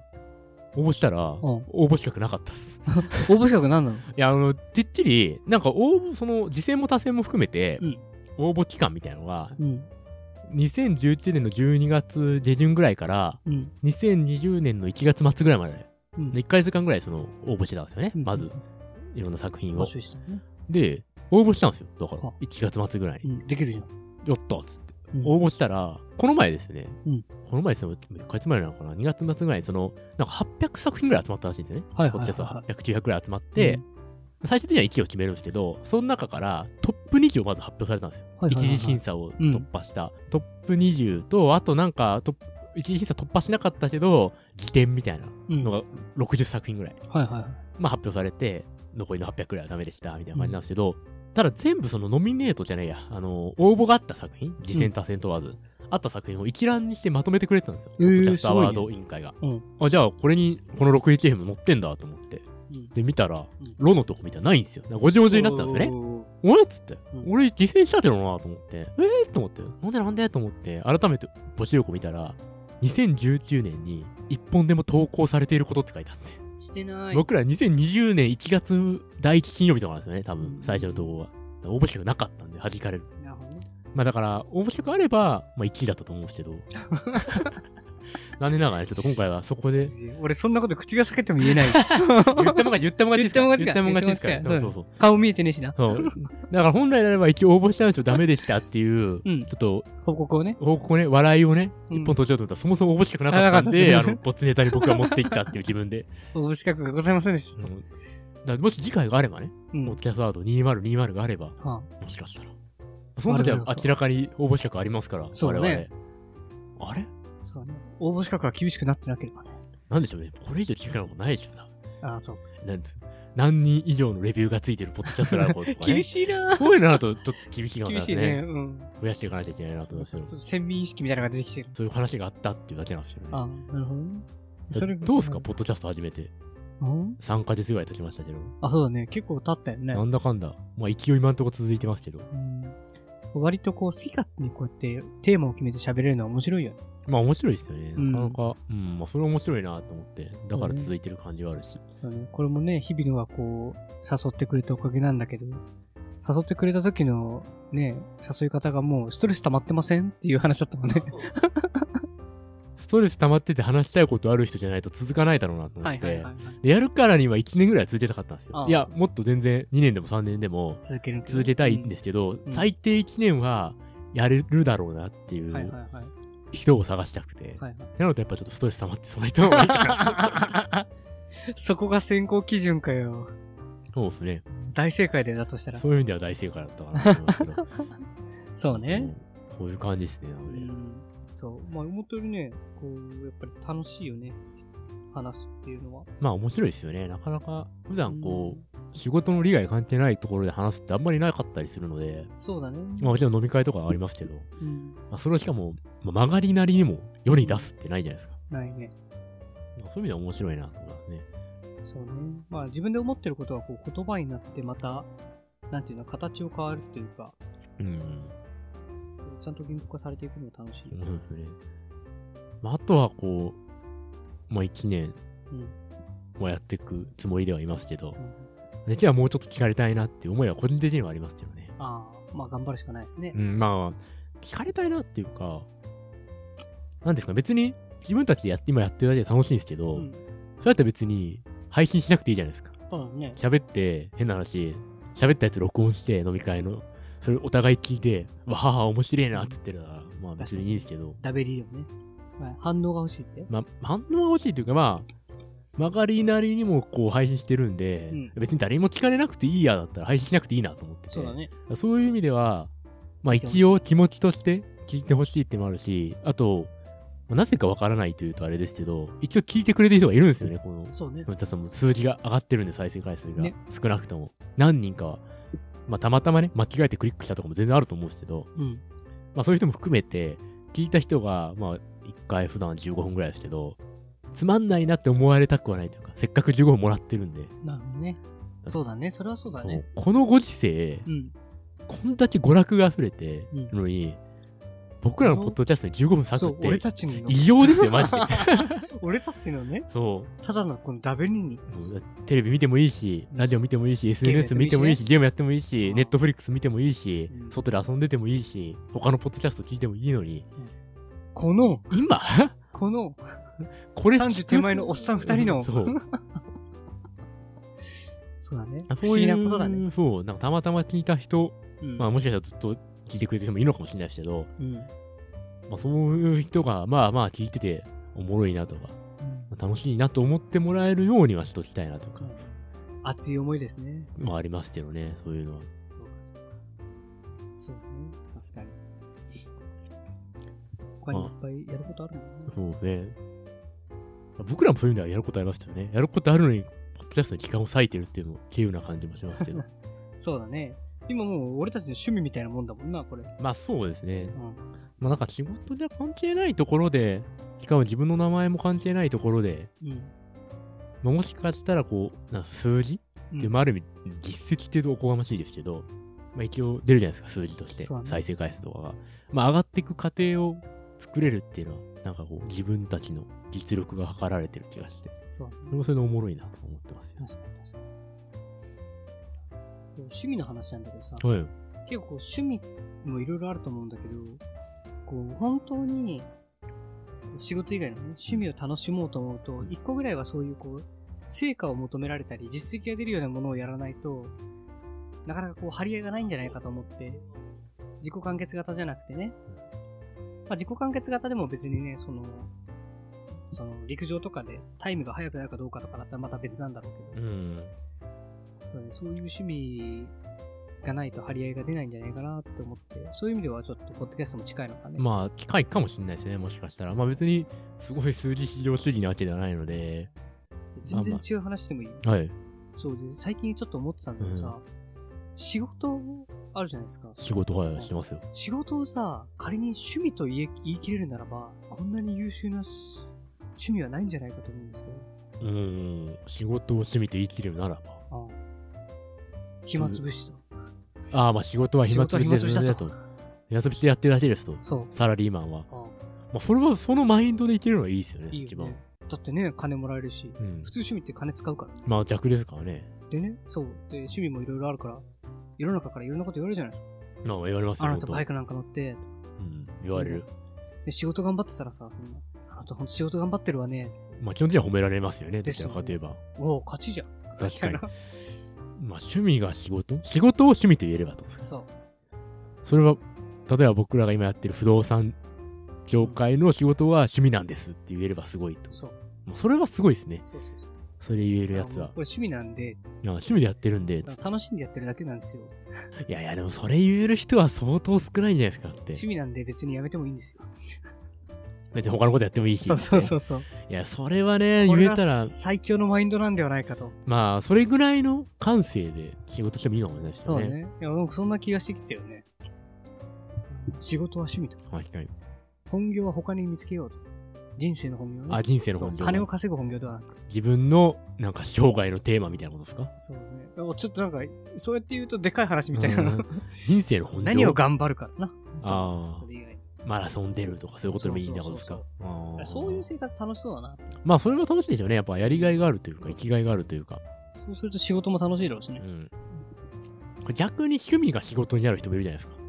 Speaker 1: 応募したら、応募資格なかったっす。
Speaker 2: [LAUGHS] 応募資格何なの
Speaker 1: いや、あの、てっちり、なんか応募、その、実践も多選も含めて、
Speaker 2: うん
Speaker 1: 応募期間みたいなのが、
Speaker 2: うん。
Speaker 1: 2011年の12月下旬ぐらいから、
Speaker 2: うん。
Speaker 1: 2020年の1月末ぐらいまで、
Speaker 2: うん
Speaker 1: 1ヶ月間ぐらいその、応募してたんですよね。
Speaker 2: うん
Speaker 1: まず、いろんな作品を
Speaker 2: 募。集したのね。
Speaker 1: で、応募したんですよ。だから
Speaker 2: は、
Speaker 1: 1月末ぐらいうに。
Speaker 2: ん。できるじゃん。
Speaker 1: やったっつって。
Speaker 2: うん
Speaker 1: 応募したら、この前ですよね。
Speaker 2: うん
Speaker 1: この前ですよ。1ヶ月前なのかな ?2 月末ぐらいに、その、なんか800作品ぐらい集まったらしいんですよね。
Speaker 2: はいはいはいはい
Speaker 1: こっちです800、900ぐらい集まって、最終的には1位を決めるんですけど、その中からトップ20をまず発表されたんですよ。
Speaker 2: はいはいはいはい
Speaker 1: 一次審査を突破した。トップ20と、あとなんかトップ、一次審査突破しなかったけど、辞典みたいな
Speaker 2: うん。
Speaker 1: の
Speaker 2: はい
Speaker 1: が60作品ぐらい。
Speaker 2: はいはい。
Speaker 1: まあ、発表されて、残りの800くらいはダメでした、みたいな感じなんですけど、ただ全部そのノミネートじゃないや、あの、応募があった作品、次戦多戦問わず、あった作品を一覧にしてまとめてくれてたんですよ。
Speaker 2: え
Speaker 1: ポ
Speaker 2: ー
Speaker 1: ッドキャストアワード委員会が。
Speaker 2: すごいね
Speaker 1: あじゃあ、これに、この 61FM 載ってんだと思って。
Speaker 2: うん。
Speaker 1: で、見たら
Speaker 2: ん、
Speaker 1: ロのとこ見たらないんですよ。ごじごじになったんですよね。
Speaker 2: ね。
Speaker 1: 俺っつって、
Speaker 2: うん
Speaker 1: 俺犠牲したけどなと思って、ええー、と思って、なんでなんでと思って、改めて募集力見たら、2019年に一本でも投稿されていることって書いてあって。
Speaker 2: してな
Speaker 1: 僕ら2020年1月第1金曜日とかなんですよね、多分
Speaker 2: うん
Speaker 1: 最初の投稿は。応募資格なかったんで、弾かれる。
Speaker 2: なるほどね。
Speaker 1: まあだから、応募資格あれば、まあ1位だったと思うんですけ
Speaker 2: [LAUGHS]
Speaker 1: ど。残念ながらね、ちょっと今回はそこで、
Speaker 2: 俺そんなこと口が裂けても言えない。
Speaker 1: [LAUGHS] 言ったもん勝ち、言ったもん勝ちですから。
Speaker 2: 言ったも
Speaker 1: 言ったもん
Speaker 2: ん勝ちか
Speaker 1: 勝ちですから。そ
Speaker 2: 言
Speaker 1: う
Speaker 2: っ
Speaker 1: そう
Speaker 2: 顔見えてねえしな。
Speaker 1: そう。そうだから本来ならば一応応募したんですよ、ダメでしたっていう、
Speaker 2: う
Speaker 1: ちょ
Speaker 2: ん
Speaker 1: っと、
Speaker 2: 報告をね。
Speaker 1: 報告をね、笑いをね、
Speaker 2: うん
Speaker 1: 一本取っちゃうと思ったら、そもそも応募資格なかったんで、
Speaker 2: な
Speaker 1: あ
Speaker 2: かった
Speaker 1: の、ボツネタに僕が持っていったっていう自分
Speaker 2: [LAUGHS]
Speaker 1: で。
Speaker 2: 応募資格がございませんでし
Speaker 1: う
Speaker 2: た。
Speaker 1: んだからもし次回があればね、
Speaker 2: うん
Speaker 1: ボツネタワード2020があれば、
Speaker 2: は
Speaker 1: もしかしたら。その時は
Speaker 2: 我々はそう
Speaker 1: 明らかに応募資格ありますから、
Speaker 2: そうだね
Speaker 1: 我々。あれ
Speaker 2: あそうね。応募資格が厳しくなってなければね。
Speaker 1: なんでしょうね。これ以上聞くようなことないでしょ、多分
Speaker 2: ああ、そう。
Speaker 1: なんつ何人以上のレビューがついてるポッドキャストランキングとかね。
Speaker 2: [LAUGHS] 厳しいな
Speaker 1: そういうのだと、ちょっと厳しいかも
Speaker 2: 厳
Speaker 1: し
Speaker 2: しい
Speaker 1: れね。
Speaker 2: ね。うん。
Speaker 1: 増やしていかないといけないなと
Speaker 2: ちょ
Speaker 1: 思い
Speaker 2: っ
Speaker 1: ますよ
Speaker 2: と。先民意識みたいなのが出てきてる。
Speaker 1: そういう話があったっていうだけなんですよね。
Speaker 2: あなるほどね。それ
Speaker 1: どうすか、ポッドキャスト始めて。
Speaker 2: うん
Speaker 1: 3ヶ月ぐらい経ちましたけど。
Speaker 2: あ、そうだね。結構経ったよね。
Speaker 1: なんだかんだ。まあ、勢い今んとこ続いてますけど。
Speaker 2: うん割とこう、好き勝手にこうやってテーマを決めて喋れるのは面白いよね。
Speaker 1: まあ、面白いですよね。
Speaker 2: うん
Speaker 1: なかなか。うん、まあ、それは面白いなと思って。だから続いてる感じはあるし。
Speaker 2: あのこれもね、日々のがこう、誘ってくれたおかげなんだけど、誘ってくれた時のね、誘い方がもうストレス溜まってませんっていう話だったもんね。
Speaker 1: ストレス溜まってて話したいことある人じゃないと続かないだろうなと思って。
Speaker 2: い。
Speaker 1: でやるからには1年ぐらいは続けたかったんです
Speaker 2: あ
Speaker 1: よ。
Speaker 2: あ
Speaker 1: いや、もっと全然2年でも3年でも
Speaker 2: 続ける。
Speaker 1: 続けたいんですすけど、
Speaker 2: うん
Speaker 1: 最低1年はやれるだろうなってい
Speaker 2: うんはいはいうはい。はい
Speaker 1: 人を探したくて。
Speaker 2: はい、
Speaker 1: なのでやっぱちょっとストレス溜まってその人の方がいいかな。
Speaker 2: そこが選考基準かよ。
Speaker 1: そうです
Speaker 2: [LAUGHS]
Speaker 1: ね。
Speaker 2: 大正解でだとしたら。
Speaker 1: そういう意味では大正解だったかなと思いますけど。
Speaker 2: そう [LAUGHS] ね。
Speaker 1: うん。こういう感じですね。な
Speaker 2: う
Speaker 1: ので。
Speaker 2: ん。そう。まあ、思ったよりね、こう、やっぱり楽しいよね。話すっていうのは。
Speaker 1: まあ面白いですよね。なかなか普段こう、仕事の利害関係ないところで話すってあんまりなかったりするので、
Speaker 2: うんそうだね。
Speaker 1: まあもちろん飲み会とかありますけど、
Speaker 2: うん。
Speaker 1: まあ、それをしかも、まあ曲がりなりにも世に出すってないじゃないですか。
Speaker 2: ないね。
Speaker 1: まあそういう意味では面白いなと思いますね。
Speaker 2: そうね。まあ自分で思ってることはこう言葉になってまた、なんていうの、形を変わるっていうか、
Speaker 1: うん。
Speaker 2: ちゃんと言語化されていくのも楽しいよね。
Speaker 1: そうですね。まあ、あとはこう、まあ1年
Speaker 2: うん。
Speaker 1: もやっていくつもりではいますけど
Speaker 2: う、ん、
Speaker 1: 実はもうちょっと聞かれたいなっていう思いは個人的にはありますけどね。
Speaker 2: ああ、まあ頑張るしかないですね
Speaker 1: う。ん、まあ、聞かれたいなっていうか、なんですか、別に自分たちでやって、今やってるだけで楽しいんですけど、
Speaker 2: うん。
Speaker 1: それだったら別に配信しなくていいじゃないですか。
Speaker 2: そうだね。
Speaker 1: 喋って、変な話、喋ったやつ録音して飲み会の、それお互い聞いて、わはは面白いなっつってるなら、まあ別にいいですけど、
Speaker 2: ダベリーよね。まあ、反応が欲しいって。
Speaker 1: まあ反応が欲しいというか、まあ、曲がりなりにもこう配信してるんで、
Speaker 2: うん
Speaker 1: 別に誰にも聞かれなくていいやだったら配信しなくていいなと思ってて。
Speaker 2: そうだね。
Speaker 1: そういう意味では、まあ
Speaker 2: 聞いてほしい
Speaker 1: 一応気持ちとして聞いてほしいってのもあるし、あと、まあなぜかわからないというとあれですけど、一応聞いてくれてる人がいるんですよね、この。
Speaker 2: そうね
Speaker 1: ち。ょっともう数字が上がってるんで、再生回数が、
Speaker 2: ね
Speaker 1: 少なくとも。何人かは、まあたまたまね、間違えてクリックしたとかも全然あると思うんですけど、
Speaker 2: うん。
Speaker 1: まあそういう人も含めて、聞いた人が、まあ一回普段15分ぐらいですけど、つまんないなって思われたくはないというか、せっかく15分もらってるんで、
Speaker 2: なるほどね。そうだね。それはそうだね。
Speaker 1: こうこのご時世、
Speaker 2: うん。
Speaker 1: こんだけ娯楽が溢れてるのに、僕らのポッドキャストに15分割
Speaker 2: そ
Speaker 1: く
Speaker 2: う、俺
Speaker 1: って、
Speaker 2: たちの。
Speaker 1: 異様ですよ、マ
Speaker 2: [LAUGHS]
Speaker 1: ジで。
Speaker 2: 俺たちのね、
Speaker 1: そ
Speaker 2: ただのこのダベリーに。
Speaker 1: う。もうテレビ見てもいいし、ラジオ見てもいいし、
Speaker 2: ームやっ
Speaker 1: SNS
Speaker 2: てもい
Speaker 1: 見
Speaker 2: いして
Speaker 1: もいいし、ゲームやってもいいし
Speaker 2: う、ん
Speaker 1: ネットフリックス見てもいいし
Speaker 2: う、ん
Speaker 1: 外で遊んでてもいいし、他のポッドキャスト聞いてもいいのに、
Speaker 2: この、
Speaker 1: 今
Speaker 2: この、
Speaker 1: [LAUGHS] これ
Speaker 2: 30手前のおっさん二人の
Speaker 1: [LAUGHS] そう。
Speaker 2: そうだね。 [LAUGHS] 不
Speaker 1: そ
Speaker 2: 思
Speaker 1: うい
Speaker 2: 議
Speaker 1: う
Speaker 2: なことだね。。
Speaker 1: そう、なんかたまたま聞いた人、
Speaker 2: うん
Speaker 1: まあもしかしたらずっと聞いてくれてる人もいるのかもしれないですけど、
Speaker 2: うん。うん
Speaker 1: まあそういう人が、まあまあ聞いてて、おもろいなとか、楽しいなと思ってもらえるようにはしときたいなとか、
Speaker 2: 熱い思いですね。
Speaker 1: まあありますけどね、そういうのは。
Speaker 2: そうか、そうか。そうね。確かに。他にいっぱいやることあるもんね。
Speaker 1: そうね。僕らもそういう意味ではやることありましたよね。やることあるのに、ポッドキャストに時間を割いてるっていうのも、稀有な感じもしますけど。
Speaker 2: そうだね。今もう俺たちの趣味みたいなもんだもんな、これ。
Speaker 1: まあそうですね
Speaker 2: う。ん。
Speaker 1: まあなんか仕事じゃ関係ないところで、しかも自分の名前も関係ないところで、
Speaker 2: うん。
Speaker 1: まあ、もしかしたらこう、なんか数字って、まあある意味、実績っていうとおこがましいですけど、まあ一応出るじゃないですか、数字として。
Speaker 2: そうだね
Speaker 1: 再生回数とかが。まあ上がっていく過程を作れるっていうのは、なんかこう、自分たちの実力が図られてる気がして、
Speaker 2: そうだ
Speaker 1: それ
Speaker 2: ね。
Speaker 1: もそれでおもろいなと思ってますよ。
Speaker 2: 確かに確かに。趣味の話なんだけどさ、
Speaker 1: はい。
Speaker 2: 結構こう趣味もいろいろあると思うんだけど、こう本当に仕事以外の、ね、趣味を楽しもうと思うと、一個ぐらいはそういうこう成果を求められたり、実績が出るようなものをやらないと、なかなかこう張り合いがないんじゃないかと思って、自己完結型じゃなくてね、まあ、自己完結型でも別にね、その、その陸上とかでタイムが速くなるかどうかとかだったらまた別なんだろうけど、
Speaker 1: うん。
Speaker 2: そうね、そういう趣味がないと張り合いが出ないんじゃないかなって思って、そういう意味ではちょっと、ポッドキャストも近いのかね。
Speaker 1: まあ、機械かもしれないですね、もしかしたら。まあ別に、すごい数字至上主義なわけではないので、
Speaker 2: 全然違う話でもいい。
Speaker 1: はい。
Speaker 2: そうで、最近ちょっと思ってたんだけどさ、仕事あるじゃないですか。
Speaker 1: 仕事はしてますよ。
Speaker 2: 仕事をさ、仮に趣味と言え言い切れるならば、こんなに優秀なし趣味はないんじゃないかと思うんですけど。
Speaker 1: うーん、仕事を趣味と言い切れるならば。
Speaker 2: ああ暇つぶしと。
Speaker 1: ああ、まあ仕事は暇つぶしです
Speaker 2: 仕事は暇つぶしだと
Speaker 1: と。暇つぶしでやってるだけですと。
Speaker 2: そう。
Speaker 1: サラリーマンは。
Speaker 2: ああ
Speaker 1: まあそれは、そのマインドでいけるのはいいですよね、
Speaker 2: いい
Speaker 1: 一
Speaker 2: よ、
Speaker 1: 番
Speaker 2: ね。。だってね、金もらえるし、
Speaker 1: うん
Speaker 2: 普。通趣味って金使うからね。
Speaker 1: まあ逆ですからね。
Speaker 2: でね、そう。で、趣味もいろいろあるから、世の中からいろんなこと言われるじゃないですか。
Speaker 1: まあ言われますよ
Speaker 2: あな
Speaker 1: 本
Speaker 2: た
Speaker 1: 当
Speaker 2: バイクなんか乗って、
Speaker 1: うん、言われる。
Speaker 2: で、仕事頑張ってたらさ、そんな、あなたほんと仕事頑張ってるわね。
Speaker 1: まあ基本的には褒められますよね、
Speaker 2: で
Speaker 1: ど
Speaker 2: す
Speaker 1: ち
Speaker 2: よ
Speaker 1: ら
Speaker 2: ね
Speaker 1: かといえば。
Speaker 2: おお、勝ちじゃん。
Speaker 1: 確かに
Speaker 2: みたい
Speaker 1: まあ趣味が仕事仕事を趣味と言えればと。
Speaker 2: な [LAUGHS] そう。
Speaker 1: それは、例えば僕らが今やってる不動産業界の仕事は趣味なんですって言えればすごいと。
Speaker 2: そう。
Speaker 1: もうそれはすごいですね。
Speaker 2: そうそうそう
Speaker 1: それ言えるやつは
Speaker 2: あのこれ。趣味なんで、
Speaker 1: いや趣味でやってるんで、つっ
Speaker 2: 楽しんでやってるだけなんですよ。
Speaker 1: いやいや、でもそれ言える人は相当少ないんじゃないですかって。
Speaker 2: 趣味なんで別にやめてもいいんですよ。
Speaker 1: 別に他のことやってもいいし。
Speaker 2: そうそうそうそう。
Speaker 1: いや、それはね、
Speaker 2: こ
Speaker 1: 言
Speaker 2: れ
Speaker 1: え
Speaker 2: が
Speaker 1: たら、
Speaker 2: 最強のマインドなんではないかと。
Speaker 1: まあ、それぐらいの感性で仕事してもいいかもしれないですね。
Speaker 2: そうだね。いや、なんかそんな気がしてきたよね。仕事は趣味と。
Speaker 1: 確かに。
Speaker 2: 本業は他に見つけようと。人生の本業ね
Speaker 1: あ、人生の本領。
Speaker 2: 金を稼ぐ本業ではなく。
Speaker 1: 自分の、なんか、生涯のテーマみたいなことですか
Speaker 2: そうね。おちょっとなんか、そうやって言うとでかい話みたいな
Speaker 1: う。ん人生の本領。
Speaker 2: [LAUGHS] 何を頑張るからな。そう
Speaker 1: あ
Speaker 2: それ以外
Speaker 1: マラソン出るとか、そういうことでもいいんだことですか
Speaker 2: そう
Speaker 1: あー
Speaker 2: そういう生活楽しそうだな。
Speaker 1: まあ、それは楽しいでしょうね。やっぱ、やりがいがあるというか、生きがいがあるというか。
Speaker 2: そうすると仕事も楽しいだろうし
Speaker 1: う
Speaker 2: ね。
Speaker 1: ん。逆に趣味が仕事になる人もいるじゃないですか。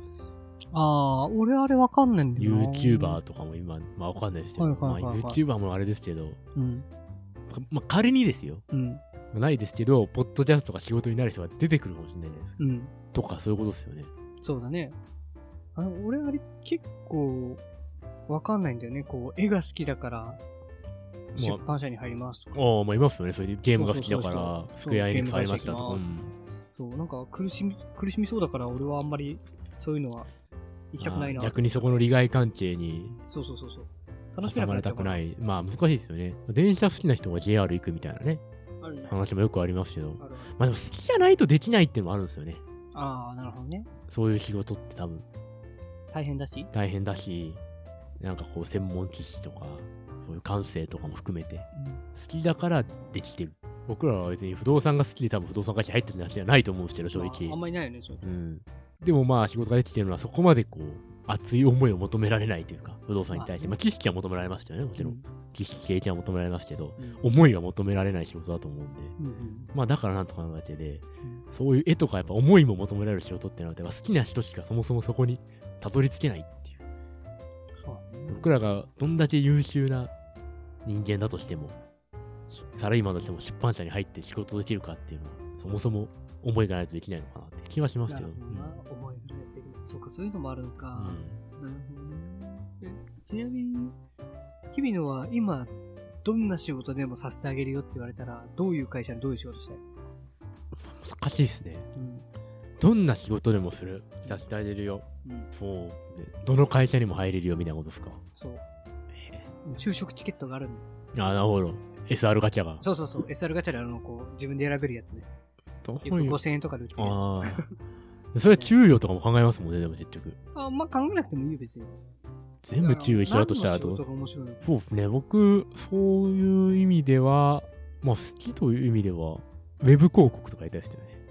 Speaker 2: ああ、俺あれわかんないんだよな。
Speaker 1: YouTuber とかも今、まあわかんないですけど、
Speaker 2: はいはいはいはい
Speaker 1: まあ、YouTuber もあれですけど、
Speaker 2: うん。
Speaker 1: まあ仮にですよ、
Speaker 2: うん。
Speaker 1: ないですけど、ポッドキャストが仕事になる人が出てくるかもしれないじゃないですか。
Speaker 2: うん。
Speaker 1: とか、そういうことですよね。
Speaker 2: そうだね。あ俺あれ結構わかんないんだよね。こう、絵が好きだから、出版社に入りますとか。
Speaker 1: ああ、まあいますよね。それでゲームが好きだか
Speaker 2: そうそ
Speaker 1: ら、
Speaker 2: うそう
Speaker 1: スクエアエニックス入りましたとか。
Speaker 2: そううゲー
Speaker 1: ん
Speaker 2: そう、なんか苦しみ、苦しみそうだから俺はあんまりそういうのは行きたくない
Speaker 1: あ
Speaker 2: な。
Speaker 1: あ逆にそこの利害関係に
Speaker 2: そうそうそうそう。楽し
Speaker 1: 挟
Speaker 2: め
Speaker 1: ま
Speaker 2: なくなっ
Speaker 1: れ
Speaker 2: ち
Speaker 1: た
Speaker 2: ゃうか
Speaker 1: く
Speaker 2: ら
Speaker 1: な。い。まあ難しいですよね。電車好きな人が JR 行くみたいなね、
Speaker 2: あるね。ある
Speaker 1: 話もよくありますけど。
Speaker 2: ある
Speaker 1: まあでも好きじゃないとできないっていうのもあるんですよね。
Speaker 2: ああ、なるほどね。
Speaker 1: そういう仕事って多分
Speaker 2: 大変だし。
Speaker 1: 大変だし、なんかこう専門知識とか、そういう感性とかも含めて、好きだからできてる。僕らは別に不動産が好きで多分不動産会社入ってるわけじゃないと思うんですけど、正
Speaker 2: まああん
Speaker 1: 直。
Speaker 2: まりないよね、そういう
Speaker 1: うん。でもまあ仕事ができてるのはそこまでこう、熱い思いを求められないというか、不動産に対して。
Speaker 2: ま
Speaker 1: ま
Speaker 2: あ
Speaker 1: あ知識は求められますよね、もちろ。
Speaker 2: うん
Speaker 1: 知識、経験は求められますけど、
Speaker 2: ん
Speaker 1: 思いは求められない仕事だと思うんで。
Speaker 2: うんうん
Speaker 1: まあだからなんとかなるわけで
Speaker 2: うん、
Speaker 1: そういう絵とかやっぱ思いも求められる仕事ってなので、やっぱ好きな人しかそもそもそこにたどり着けないっていう。
Speaker 2: そうだね
Speaker 1: 僕らがどんだけ優秀な人間だとしても、サラリーマンとしても出版社に入って仕事できるかっていうのは、そもそも思いがないとできないのかなって気はします
Speaker 2: な
Speaker 1: け
Speaker 2: る
Speaker 1: ど。
Speaker 2: ほどな、思いがやってる。そうか、そういうのもあるの
Speaker 1: う
Speaker 2: か。
Speaker 1: ん
Speaker 2: なるほどね。えちなみに、日々のは今、どんな仕事でもさせてあげるよって言われたら、どういう会社にどういう仕事したい、
Speaker 1: 難しいですね。
Speaker 2: うん
Speaker 1: どんな仕事でもする。させてあげるよ。
Speaker 2: うん、
Speaker 1: そう。どの会社にも入れるよみたいなことですか。
Speaker 2: そう。昼食チケットがあるんだよ
Speaker 1: あ、なるほど。SR ガチャが。
Speaker 2: そうそうそう、SR ガチャであの、こう、自分で選べるやつね。
Speaker 1: どう
Speaker 2: よく
Speaker 1: いう
Speaker 2: 5000円とかで売ってるやつ。あ
Speaker 1: ああ。それは給与とかも考えますもんね、でも結局。
Speaker 2: あんま考えなくてもいいよ、別に。
Speaker 1: 全部給与一緒だとしたら
Speaker 2: 何
Speaker 1: ど
Speaker 2: の仕
Speaker 1: う
Speaker 2: 事が面白いの
Speaker 1: そうですね。僕、そういう意味では、まあ好きという意味では、ウェブ広告とかやりたいですよね。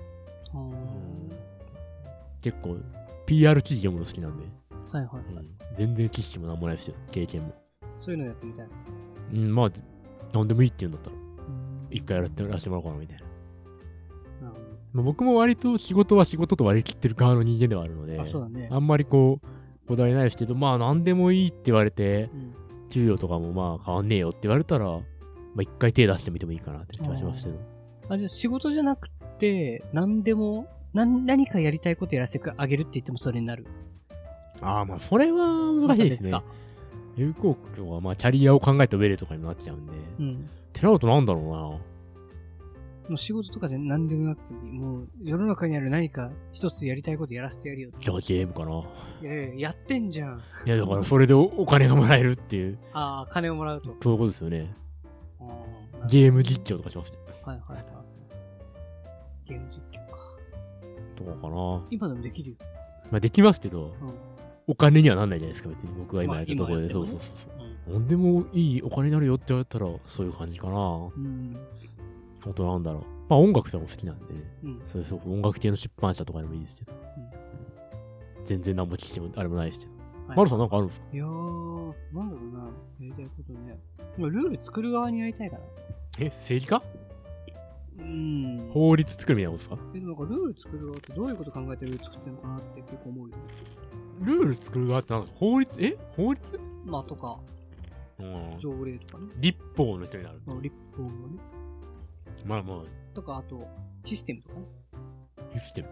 Speaker 1: 結構、PR 記事読むの好きなんで、
Speaker 2: あーはいはい。
Speaker 1: うん全然知識もなんもないですよ、経験も。
Speaker 2: そういうのやってみたいな。
Speaker 1: うん、まあ、なんでもいいって言うんだったら、一回やらせてもらおうかな、みたいな。
Speaker 2: なるほど
Speaker 1: まあ、僕も割と仕事は仕事と割り切ってる側の人間ではあるので、
Speaker 2: あ、そうだね。
Speaker 1: あんまりこう、こだわりないですけど、まあ何でもいいって言われて、
Speaker 2: うん
Speaker 1: 給料とかもまあ変わんねえよって言われたら、まあ一回手出してみてもいいかなって気がしますけど。
Speaker 2: あ、じゃあ仕事じゃなくて、何でも、何、何かやりたいことやらせてあげるって言ってもそれになる。
Speaker 1: ああ、まあそれは難しいですね
Speaker 2: また。
Speaker 1: 有効国はまあキャリアを考えた上でとかにもなっちゃうんで。っ
Speaker 2: うん。も
Speaker 1: てなるとなんだろう
Speaker 2: う仕事とかで何でもなくてもいいもう世の中にある何か一つやりたいことやらせてやるよ。
Speaker 1: な。じゃあゲームかな。
Speaker 2: いやいや、やってんじゃん。
Speaker 1: いやだからそれでおお金がもらえるっていう、
Speaker 2: ああ、金をもらうと。
Speaker 1: そういうことですよね。
Speaker 2: あー
Speaker 1: ゲーム実況とかしますね。
Speaker 2: はいはいはい。ゲーム実況か。
Speaker 1: とかかな。
Speaker 2: 今でもできるよ。
Speaker 1: まあ、できますけど、
Speaker 2: うん。
Speaker 1: お金にはなんないじゃないですか、別に僕が今
Speaker 2: まあ
Speaker 1: やったところで。
Speaker 2: 今やって
Speaker 1: そ
Speaker 2: も
Speaker 1: う
Speaker 2: ね
Speaker 1: そうそうそう。
Speaker 2: うん
Speaker 1: なんでもいいお金になるよって言われたら、そういう感じかな。
Speaker 2: うん。
Speaker 1: あとなんだろう。まあ音楽とかも好きなんで、
Speaker 2: うん。
Speaker 1: そうそう音楽系の出版社とかでもいいですけど。全然何も聞いてもあれもないですけど。
Speaker 2: はい
Speaker 1: マルさんなんかあるんですか
Speaker 2: いやー、なんだろうな。やりたいことね。まあルール作る側になりたいかな。
Speaker 1: え、政治家
Speaker 2: うん。
Speaker 1: 法律作るみたいなことですか
Speaker 2: でもなんかルール作る側ってどういうこと考えてルール作ってるのかなって結構思うよね。
Speaker 1: ルール作る側ってなんか法律え法律
Speaker 2: まあとか、
Speaker 1: うん。
Speaker 2: 条例とかね。
Speaker 1: 立法の人になる。
Speaker 2: まあ、立法のね。
Speaker 1: まあま
Speaker 2: とか、あと、システムとかね。
Speaker 1: あ、システム。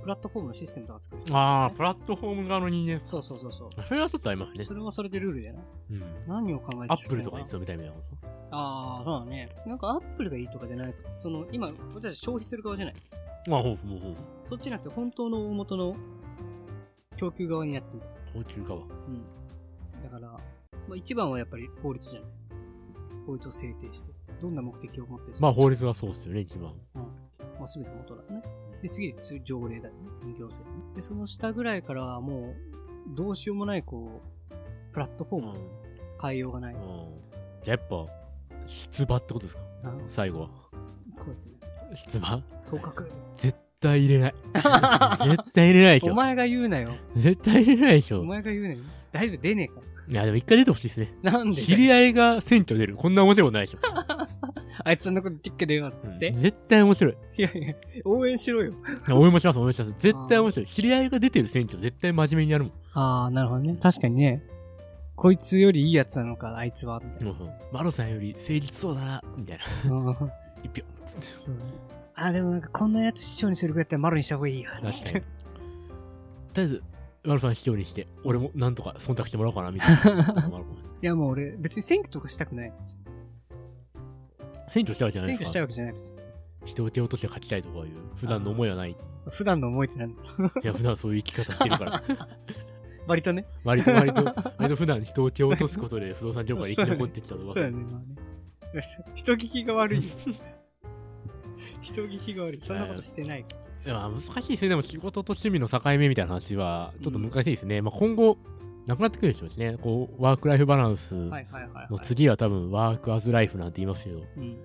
Speaker 2: プラットフォームのシステムとか作る人、
Speaker 1: ああ、
Speaker 2: ね。
Speaker 1: プラットフォーム側の人間。
Speaker 2: そうそうそうそう。
Speaker 1: それはちょっとありますね
Speaker 2: そ。れはそれでルールやな。
Speaker 1: うん。
Speaker 2: 何を考えて
Speaker 1: ア
Speaker 2: る
Speaker 1: ップルとかに
Speaker 2: あ
Speaker 1: 勤めたいみたいなこ
Speaker 2: あー、そうだね。なんかアップルがいいとかじゃない。その、今、私たち消費する側じゃない。
Speaker 1: とまあ、ほうほうほう。
Speaker 2: そっちじゃなくて、本当の大元の供給側にやってみた。
Speaker 1: 高級かは。
Speaker 2: うん。だから、まあ、一番はやっぱり法律じゃない。法律を制定して、どんな目的を持って、
Speaker 1: まあ、法律がそうっすよね、一番。
Speaker 2: まあ、全て元だね。で、次、つ条例だよね。行政だね。で、その下ぐらいからはもう、どうしようもない、こう、プラットフォームを変えようがない。
Speaker 1: じゃあやっぱ、出馬ってことですか
Speaker 2: あの
Speaker 1: 最後は。
Speaker 2: こうやってね、
Speaker 1: 出馬
Speaker 2: 頭角。
Speaker 1: 絶対入れ [LAUGHS] ない。絶対入れないでし
Speaker 2: お
Speaker 1: ょ。
Speaker 2: 前が言うなよ。
Speaker 1: 絶対入れないでし
Speaker 2: お
Speaker 1: ょ。
Speaker 2: 前が言うなよ。だいぶ出ね
Speaker 1: いや、でも一回出てほしいですね。
Speaker 2: えか。なんでだ
Speaker 1: 知
Speaker 2: よ
Speaker 1: り合いが選挙出る。こんな面白いことない [LAUGHS] でしょ。
Speaker 2: あいつのことティッケ出ようっつって。
Speaker 1: うん
Speaker 2: い
Speaker 1: 絶対面白い。
Speaker 2: やいや、応援しろよ。
Speaker 1: 応援もします、応援もします。絶対面白い。知り合いが出てる選挙、絶対真面目にやるもん。
Speaker 2: ああ、なるほどね。確かにね。こいつよりいいやつなのか、あいつは、みたいな。
Speaker 1: もうマロさんより誠実そうだな、み
Speaker 2: [LAUGHS]
Speaker 1: たいな。
Speaker 2: うん
Speaker 1: 一票。つって
Speaker 2: そうだねあー、でもなんかこんなやつ市長にするぐらいだったらマロにした方が [LAUGHS] いいよ。つ
Speaker 1: 確
Speaker 2: っ
Speaker 1: か
Speaker 2: て
Speaker 1: に。とりあえず、マロさん卑怯にして、俺もなんとか忖度してもらおうかな、みたいな。マロさん
Speaker 2: いやもう俺、別に選挙とかしたくない。
Speaker 1: 選挙したわけじゃな
Speaker 2: 選
Speaker 1: いで
Speaker 2: 挙
Speaker 1: すか
Speaker 2: したい。わけじゃない。別に
Speaker 1: 人を手落として勝ちたいとかいう普段の思い
Speaker 2: [LAUGHS]
Speaker 1: はない。い
Speaker 2: 普段の思いってなんだ
Speaker 1: や、普段そういう生き方してるから。
Speaker 2: 割とね。
Speaker 1: 割と割と、割と普段人を手落とすことで不動産業界で生き残ってきたと
Speaker 2: そう
Speaker 1: か
Speaker 2: だ。ね、まあね。人聞きが悪い。 [LAUGHS] 人聞きが悪い。そんなことしてない。
Speaker 1: でも難しいですね。でも仕事と趣味の境目みたいな話は、ちょっと難しいですね。まあ今後、なくなってくるでしょうしね。こう、ワークライフバランス
Speaker 2: は
Speaker 1: の
Speaker 2: いはいはい、はい。
Speaker 1: 次は多分ワークアズライフなんて言いますけど、
Speaker 2: うん。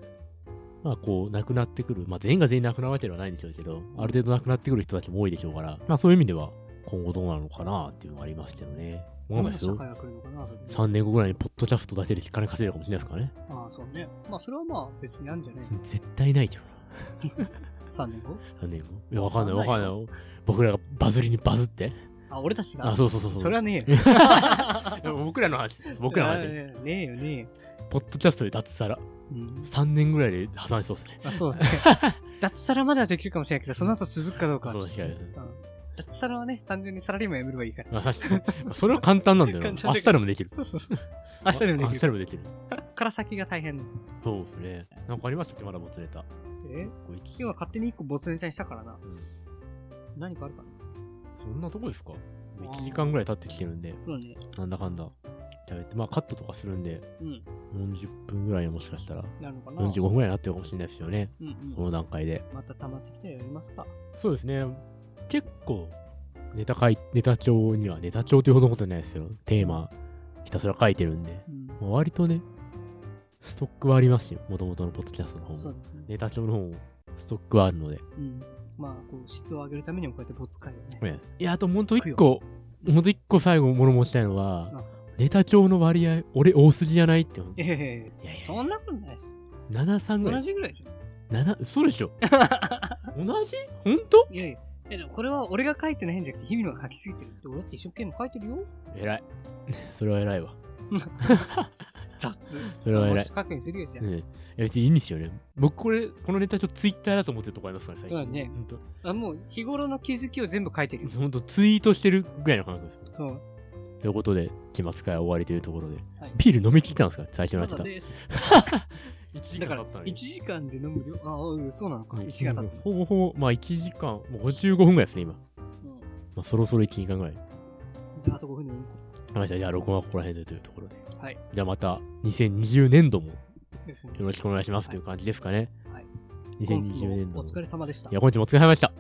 Speaker 1: まあこう、なくなってくる。まあ全員が全員なくなるわけではないんでしょうけど、ある程度なくなってくる人たちも多いでしょうから、まあそういう意味では、今後どうなのかなっていうのはありますけどね。わか
Speaker 2: ど
Speaker 1: んない
Speaker 2: んな
Speaker 1: です
Speaker 2: 社
Speaker 1: よ。
Speaker 2: 会が来るのかな、それで
Speaker 1: 3年後ぐらいにポッドキャストだけで金稼いでるかもしれないですからね。
Speaker 2: ああ、そうね。まあ、それはまあ、別にあんじゃない
Speaker 1: 絶対ないけど
Speaker 2: 3年後
Speaker 1: な。3年後。いや、わかんないわ
Speaker 2: わ
Speaker 1: か
Speaker 2: か
Speaker 1: ん
Speaker 2: ん
Speaker 1: な
Speaker 2: ないい
Speaker 1: よ。僕らがバズりにバズって。
Speaker 2: あ、俺たちが。
Speaker 1: あ、そうそうそうそう。
Speaker 2: それはねえよ。 [LAUGHS]
Speaker 1: でも僕らの話です。僕らの話です。
Speaker 2: ねえよねえよ。
Speaker 1: ポッドキャストで脱サラ。
Speaker 2: うん。
Speaker 1: 3年ぐらいで破産しそうですね。
Speaker 2: あ、そう [LAUGHS] だね。脱サラまではできるかもしれないけど、その後続くかどうかはちょっとね。
Speaker 1: そう
Speaker 2: うん脱サラはね、単純にサラリーマンやめればいいから。
Speaker 1: まあ確かに。まあそれは簡単なんだよな。
Speaker 2: [LAUGHS] 簡
Speaker 1: 明日
Speaker 2: 単だけど
Speaker 1: でもできる。
Speaker 2: そうそうそう。明日でも
Speaker 1: あ
Speaker 2: で
Speaker 1: 明
Speaker 2: き
Speaker 1: 日で
Speaker 2: る。
Speaker 1: もできる。
Speaker 2: から先が大変だ。
Speaker 1: そうですね。なんかありましたっけまだもつれた。
Speaker 2: え
Speaker 1: ご意見
Speaker 2: 今勝手に一個ボツネタにしたからな。
Speaker 1: うん
Speaker 2: 何かあるかな
Speaker 1: そんなとこですか
Speaker 2: あー
Speaker 1: ?1 時間ぐらい経ってきてるんで、
Speaker 2: そうだね。
Speaker 1: なんだかんだ。喋ってまあカットとかするんで、
Speaker 2: うん。
Speaker 1: 40分ぐらいはもしかしたら、
Speaker 2: なるのかな
Speaker 1: 45分ぐらいになってるかもしれないですよね。
Speaker 2: うん
Speaker 1: こ
Speaker 2: うん。
Speaker 1: の段階で。
Speaker 2: また溜まってきたらやりますか。
Speaker 1: そうですね。結構、ネタ書い、ネタ帳には、ネタ帳というほどのことじゃないですよ。テーマ、ひたすら書いてるんで。
Speaker 2: うん。
Speaker 1: まあ割とね、ストックはありますよ。もともとのポッドキャストの方
Speaker 2: そう
Speaker 1: も。
Speaker 2: ですね。
Speaker 1: ネタ帳の方も、ストックはあるので。
Speaker 2: うん。まあ、こう、質を上げるためにもこうやってボツ会をね。
Speaker 1: ねいや、あと、ほんと一個、ほんと一個最後物申したいの
Speaker 2: な
Speaker 1: は、
Speaker 2: んすか
Speaker 1: ネタ帳の割合、俺多すぎじゃないって思う。い
Speaker 2: ええ
Speaker 1: やいや、
Speaker 2: そんなことないです。
Speaker 1: 73ぐら
Speaker 2: 同
Speaker 1: い。
Speaker 2: じぐらいでしょ。
Speaker 1: 7、嘘でし
Speaker 2: [LAUGHS]
Speaker 1: ょ同じほんと
Speaker 2: いやいや。いやでもこれは俺が書いてないんじゃなくて、日々のが書きすぎてるって。俺だって一生懸命書いてるよ。
Speaker 1: 偉い。 [LAUGHS] それは偉いわ。
Speaker 2: 雑。
Speaker 1: それは偉い。
Speaker 2: 書くにするよ、じゃ
Speaker 1: うん。いや、別にいいんですよね。僕、これ、このネタ帳ツイッターだと思ってるとこありますから、最
Speaker 2: そうだね
Speaker 1: ほんと。
Speaker 2: あ。あもう、日頃の気づきを全部書いてるよ。
Speaker 1: ほんと、ツイートしてるぐらいの感覚ですよ。
Speaker 2: そう。
Speaker 1: ということで、期末会は終わりというところで、
Speaker 2: はい
Speaker 1: ビール飲み切ったんですか最初の
Speaker 2: ま
Speaker 1: やつ
Speaker 2: だ
Speaker 1: だ。
Speaker 2: です。
Speaker 1: 1
Speaker 2: だから、1時間で飲む量、ああうん、そうなのか。1時
Speaker 1: 時
Speaker 2: 間
Speaker 1: 間
Speaker 2: 経っ
Speaker 1: 経
Speaker 2: て
Speaker 1: ほぼほぼ、まあ1時間、もう55分ぐらいですね、今。
Speaker 2: うん
Speaker 1: まあ、そろそろ1時間ぐらい。
Speaker 2: じゃあ、あと5分でいいんです
Speaker 1: はい、じゃあじゃあ、録音はここら辺でというところで。
Speaker 2: はい。
Speaker 1: じゃあまた、2020年度も
Speaker 2: よ
Speaker 1: よろしくお願いしますと
Speaker 2: はい
Speaker 1: いう感じですかね。
Speaker 2: はい今期
Speaker 1: 2020年
Speaker 2: も
Speaker 1: 度
Speaker 2: お疲れ様でした
Speaker 1: いや、。今日もお疲れ様でした。